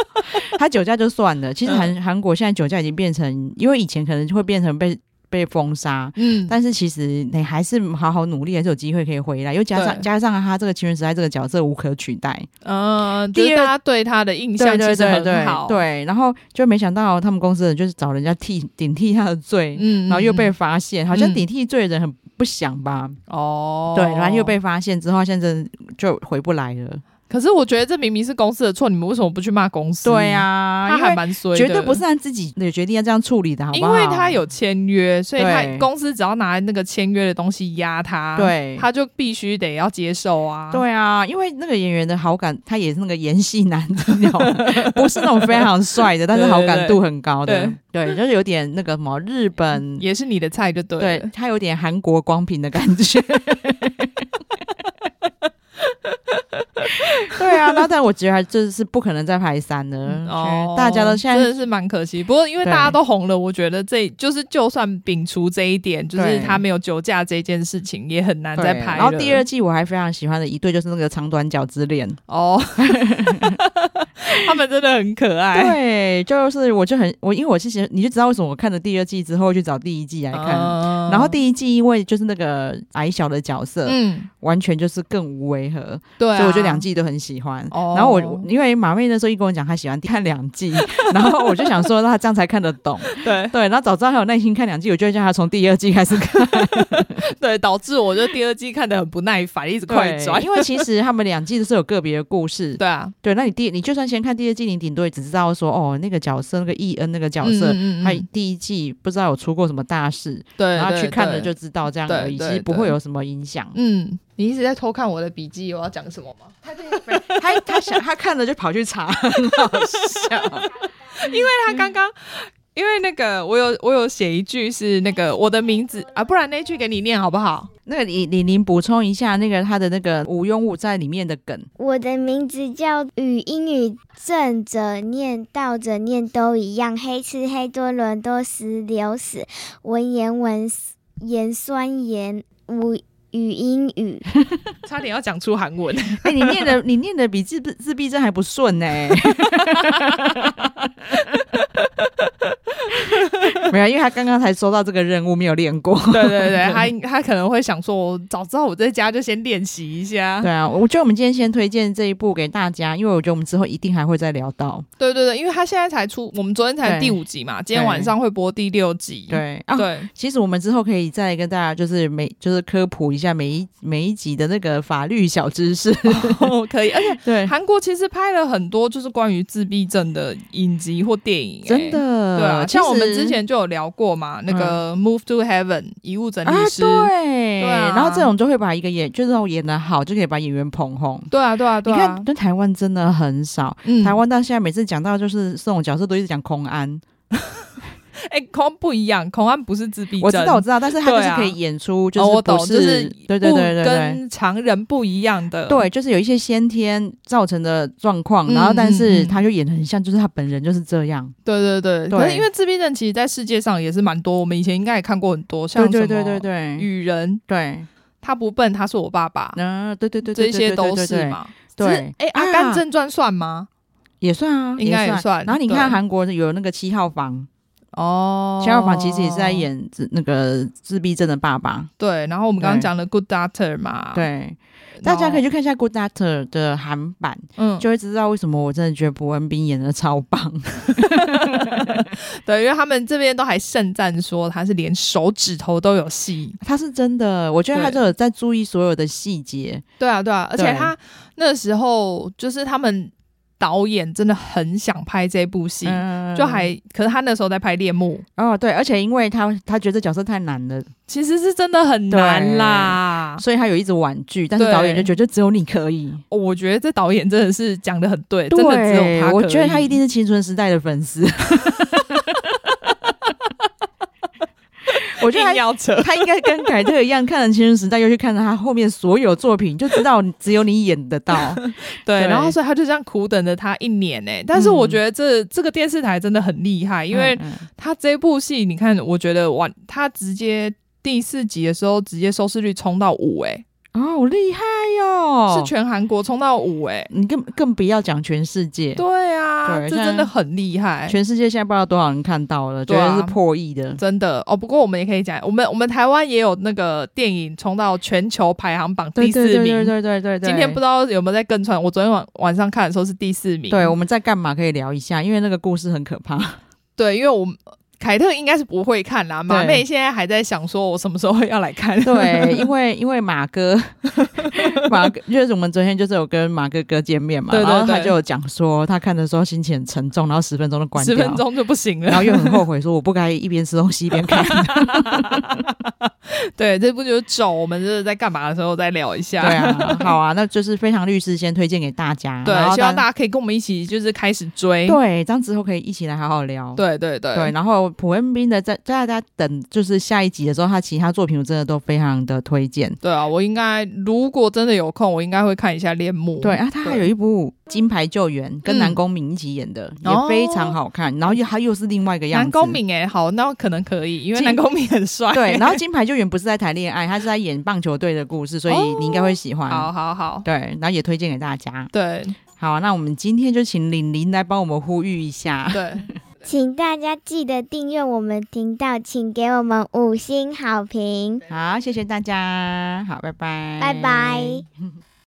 Speaker 1: [LAUGHS] 他酒驾就算了，其实
Speaker 2: 嗯
Speaker 1: 韩韩国现在酒驾已经变成，因为以前可能会变成被被封杀，
Speaker 2: 嗯，
Speaker 1: 但是其实你还是好好努力，还是有机会可以回来。又加上
Speaker 2: 对
Speaker 1: 加上他这个情人时代这个角色无可取代，
Speaker 2: 呃，就是
Speaker 1: 第二
Speaker 2: 大家对他的印
Speaker 1: 对
Speaker 2: 象其
Speaker 1: 对
Speaker 2: 实
Speaker 1: 对
Speaker 2: 很
Speaker 1: 对
Speaker 2: 好，
Speaker 1: 对。然后就没想到他们公司的人就是找人家替顶替他的罪，
Speaker 2: 嗯，嗯，
Speaker 1: 然后又被
Speaker 2: 嗯
Speaker 1: 发现，好像
Speaker 2: 嗯
Speaker 1: 顶替罪的人很不想吧？
Speaker 2: 哦，
Speaker 1: 对，然后又被。发现之后，现在就回不来了。
Speaker 2: 可是我觉得这明明是公司的错，你们为什么不去骂公司？
Speaker 1: 对
Speaker 2: 呀，
Speaker 1: 啊，
Speaker 2: 他
Speaker 1: 因
Speaker 2: 还
Speaker 1: 为
Speaker 2: 蛮衰的，
Speaker 1: 绝对不是按自己的决定要这样处理的，好不
Speaker 2: 因
Speaker 1: 好？
Speaker 2: 为他有签约，所以他
Speaker 1: 对
Speaker 2: 公司只要拿那个签约的东西压他，
Speaker 1: 对
Speaker 2: 他就必须得要接受啊。
Speaker 1: 对啊，因为那个演员的好感，他也是那个演戏男的那
Speaker 2: [LAUGHS]
Speaker 1: 种，不是那种非常帅的，但是好感度很高的，对就是有点那个什么日本，
Speaker 2: 也是你的菜就对了。
Speaker 1: 对他有点韩国光平的感
Speaker 2: [LAUGHS]
Speaker 1: 觉。对啊，那但我觉得还就是是不可能再排三了，
Speaker 2: 哦，
Speaker 1: 嗯大家都现
Speaker 2: 真
Speaker 1: 在
Speaker 2: 的是蛮可惜。不过因为
Speaker 1: 对
Speaker 2: 大家都红了，我觉得这就是就算摒除这一点，就是
Speaker 1: 对
Speaker 2: 他没有酒驾这件事情，也很难
Speaker 1: 对
Speaker 2: 再拍了。
Speaker 1: 然后第二季我还非常喜欢的一对就是那个长短脚之恋， [LAUGHS]
Speaker 2: 哦，他们真的很可爱。
Speaker 1: 对，就是我就很我因为我之前你就知道为什么我看了第二季之后去找第一季来看。
Speaker 2: 嗯
Speaker 1: 然后第一季因为就是那个矮小的角色，
Speaker 2: 嗯，
Speaker 1: 完全就是更无违和，
Speaker 2: 对啊，
Speaker 1: 所以我觉得两季都很喜欢。
Speaker 2: 哦
Speaker 1: 然后我因为马妹那时候一跟我讲她喜欢看两季， [LAUGHS] 然后我就想说她这样才看得懂。
Speaker 2: 对
Speaker 1: 对，然后早知道她有耐心看两季，我就会叫她从第二季开
Speaker 2: [LAUGHS]
Speaker 1: 始看，
Speaker 2: 对，导致我就第二季看得很不耐烦，一直快
Speaker 1: 对
Speaker 2: 转。
Speaker 1: [LAUGHS] 因为其实他们两季都是有个别的故事。
Speaker 2: 对啊，
Speaker 1: 对，那你第你就算先看第二季，你顶多也只知道说哦那个角色那个伊恩那个角
Speaker 2: 嗯
Speaker 1: 色。
Speaker 2: 嗯嗯
Speaker 1: 他
Speaker 2: 嗯
Speaker 1: 第一季不知道有出过什么大事，
Speaker 2: 对，
Speaker 1: 然后
Speaker 2: 对
Speaker 1: 去看了就
Speaker 2: 对
Speaker 1: 知道这样
Speaker 2: 对
Speaker 1: 而已，其
Speaker 2: 对
Speaker 1: 实不
Speaker 2: 对
Speaker 1: 会有什么影响。
Speaker 2: 嗯，你一直在偷看我的笔记，我要讲什么吗？
Speaker 1: 他他想他看了就跑去查，很好笑。
Speaker 2: 他刚刚因为那个我有我有写一句是那个我的名字啊，不然那句给你念好不好？
Speaker 1: [LAUGHS] 那个李李宁补充一下，那个他的那个无庸物在里面的梗，
Speaker 3: 我的名字叫与英语正着念、倒着念都一样，黑吃黑多伦多石榴死，文言文盐酸盐无语英语。
Speaker 2: 差点要讲出
Speaker 1: [LAUGHS]
Speaker 2: 韩文，
Speaker 1: 哎、你念的你念的比自自闭症还不顺呢、 [LAUGHS] 没有，因为他刚刚才收到这个任务，没有练过。 [LAUGHS]
Speaker 2: 对对对，他他可能会想说，我早知道我在家就先练习一下。
Speaker 1: 对啊，我觉得我们今天先推荐这一部给大家，因为我觉得我们之后一定还会再聊到。
Speaker 2: 对对对，因为他现在才出，我们昨天才
Speaker 1: 对
Speaker 2: 第五集嘛，今天晚上会播第六集。
Speaker 1: 对啊，
Speaker 2: 嗯对
Speaker 1: 其实我们之后可以再跟大家就是每就是科普一下每一每一集的那个法律小知识。
Speaker 2: [LAUGHS] 哦可以。而且
Speaker 1: [LAUGHS] 对，
Speaker 2: 韩国其实拍了很多就是关于自闭症的影集或电影、欸
Speaker 1: 真。的，
Speaker 2: 对啊，
Speaker 1: 其实嗯
Speaker 2: 像我们之前就有聊过嘛，那个《Move to Heaven》遗物整
Speaker 1: 啊，
Speaker 2: 理师，
Speaker 1: 对，
Speaker 2: 对啊
Speaker 1: 然后这种就会把一个演就是那种演的好，就可以把演员捧红。
Speaker 2: 对啊，对啊，对
Speaker 1: 你
Speaker 2: 啊
Speaker 1: 看，，跟台湾真的很少。
Speaker 2: 嗯
Speaker 1: 台湾到现在每次讲到就是这种角色，都一直讲空安。
Speaker 2: 哎、孔安不一样，孔安不是自闭症，
Speaker 1: 我知道，我知道，但是他就
Speaker 2: 对
Speaker 1: 是
Speaker 2: 啊
Speaker 1: 可以演出，就
Speaker 2: 哦，我
Speaker 1: 是
Speaker 2: 懂
Speaker 1: 不，
Speaker 2: 就是
Speaker 1: 对对
Speaker 2: 不
Speaker 1: 对对对。
Speaker 2: 跟常人不一样的，
Speaker 1: 对，就是有一些先天造成的状况，
Speaker 2: 嗯
Speaker 1: 然后但
Speaker 2: 嗯
Speaker 1: 是
Speaker 2: 嗯
Speaker 1: 他就演的很像，就是他本人就是这样。
Speaker 2: 对对对
Speaker 1: 对
Speaker 2: 可是因为自闭症其实在世界上也是蛮多，我们以前应该也看过很多，像
Speaker 1: 对
Speaker 2: 什么
Speaker 1: 对对对对
Speaker 2: 雨人，
Speaker 1: 对，
Speaker 2: 他不笨，他是我爸爸，
Speaker 1: 嗯，对对对，
Speaker 2: 这
Speaker 1: 对
Speaker 2: 些都。
Speaker 1: 对对
Speaker 2: 是
Speaker 1: 对对
Speaker 2: 嘛。
Speaker 1: 对
Speaker 2: 只是哎，阿甘
Speaker 1: 啊
Speaker 2: 正传算吗？
Speaker 1: 也算啊，
Speaker 2: 应该也
Speaker 1: 也
Speaker 2: 算
Speaker 1: 然后你看
Speaker 2: 对
Speaker 1: 韩国有那个七号房，
Speaker 2: 哦，
Speaker 1: 七号房其实也是在演自那个自闭症的爸爸。
Speaker 2: 对，然后我们刚刚
Speaker 1: 对
Speaker 2: 讲的 Good Doctor 嘛，，
Speaker 1: 对，大家可以，去看一下《Good Doctor》的韩版，
Speaker 2: 嗯，
Speaker 1: 就会知道为什么我真的觉得博文斌演的超棒。 [LAUGHS]
Speaker 2: 对，因为他们这边都还盛赞说他是连手指头都有戏，
Speaker 1: 他是真的，我觉得他
Speaker 2: 对
Speaker 1: 就有在注意所有的细节。
Speaker 2: 对啊，对啊，而且
Speaker 1: 对
Speaker 2: 他那时候就是他们导演真的很想拍这部戏，
Speaker 1: 嗯
Speaker 2: 就还，可是他那时候在拍《恋慕》，
Speaker 1: 哦，对，而且因为他他觉得这角色太难了，
Speaker 2: 其实是真的很难啦。
Speaker 1: 所以他有一直婉拒。但是
Speaker 2: 啊对
Speaker 1: 导演就觉得就只有你可以，
Speaker 2: 哦我觉得这导演真的是讲的很对，
Speaker 1: 对
Speaker 2: 哎真的只有他可以。
Speaker 1: 我觉得他一定是青春时代的粉丝。我
Speaker 2: 我
Speaker 1: 觉得他
Speaker 2: 要
Speaker 1: [LAUGHS]
Speaker 2: 扯。
Speaker 1: 他应该跟凯特一样，看了《青春时代》，又去看了他后面所有作品，就知道你只有你演得到。
Speaker 2: 对，
Speaker 1: 对
Speaker 2: 然后所以他就这样苦等了他一年呢、但是我觉得这、这个电视台真的很厉害， [LAUGHS] 因为
Speaker 1: 嗯嗯
Speaker 2: 他这部戏，你看，我觉得完，他直接第四集的时候直接收视率冲到五、欸，
Speaker 1: 哦，好厉害哟、
Speaker 2: 是全韩国冲到五、欸，
Speaker 1: 你更更不要讲全世界，
Speaker 2: 对啊，
Speaker 1: 对
Speaker 2: 这
Speaker 1: 现在
Speaker 2: 真的很厉害。
Speaker 1: 全世界现在不知道多少人看到了，绝
Speaker 2: 对啊
Speaker 1: 对是破亿的。
Speaker 2: 真的哦，不过我们也可以讲，我们我们台湾也有那个电影冲到全球排行榜
Speaker 1: 对
Speaker 2: 第四
Speaker 1: 对
Speaker 2: 名，
Speaker 1: 对对对对对，
Speaker 2: 今天不知
Speaker 1: 道。
Speaker 2: 道有没有在更传，我昨天晚晚上看的时候是第四名。
Speaker 1: 对，我们在干嘛？可以聊一下，因为那个故事很可怕。
Speaker 2: [LAUGHS] 对，因为我们凯特应该是不会看啦，马
Speaker 1: 对
Speaker 2: 妹现在还在想说，我什么时候要来看？
Speaker 1: 对，因为因为马
Speaker 2: [LAUGHS]
Speaker 1: 哥，马哥就是我们昨天就是有跟马哥哥见面嘛，
Speaker 2: 对对
Speaker 1: 然后他
Speaker 2: 对
Speaker 1: 就有讲说他看的时候心情很沉重，然后十分钟就关掉，
Speaker 2: 十分钟就不行
Speaker 1: 然
Speaker 2: 了。
Speaker 1: 后又很后悔，说我不该一边吃东西一边
Speaker 2: [LAUGHS]
Speaker 1: 看。
Speaker 2: 对，这部就是走，我们就是在干嘛的时候再聊一下。
Speaker 1: 对啊，好啊，那就是非常律师先推荐给大家，
Speaker 2: 对
Speaker 1: 然后
Speaker 2: 希望大
Speaker 1: 家
Speaker 2: 家可以跟我们一起，就是开始追。
Speaker 1: 对这样之后可以一起来好好聊。
Speaker 2: 对对对
Speaker 1: 对，然后普恩斌的在在大家等就是下一集的时候，他其他作品我真的都非常的推荐。
Speaker 2: 对啊！我应该如果真的有空，我应该会看一下《恋慕》。
Speaker 1: 对啊，他还有一部《金牌救援》，跟
Speaker 2: 嗯
Speaker 1: 南宫珉一起演的，
Speaker 2: 哦
Speaker 1: 也非常好看。然后又他又是另外一个样子。
Speaker 2: 南宫。珉哎，好，那可能可以，因为
Speaker 1: 进
Speaker 2: 南宫珉很帅。
Speaker 1: [LAUGHS] 对，然后《金牌救援》不是在谈恋爱，他是在演棒球队的故事，所以
Speaker 2: 哦
Speaker 1: 你应该会喜欢。
Speaker 2: 好好好，
Speaker 1: 对，然后也推荐给大家。
Speaker 2: 对
Speaker 1: 好，那我们今天就请玲玲来帮我们呼吁一下。
Speaker 2: 对，
Speaker 3: 请大家记得订阅我们频道，请给我们五星好评，
Speaker 1: 好，谢谢大家，好，拜拜，
Speaker 3: 拜拜。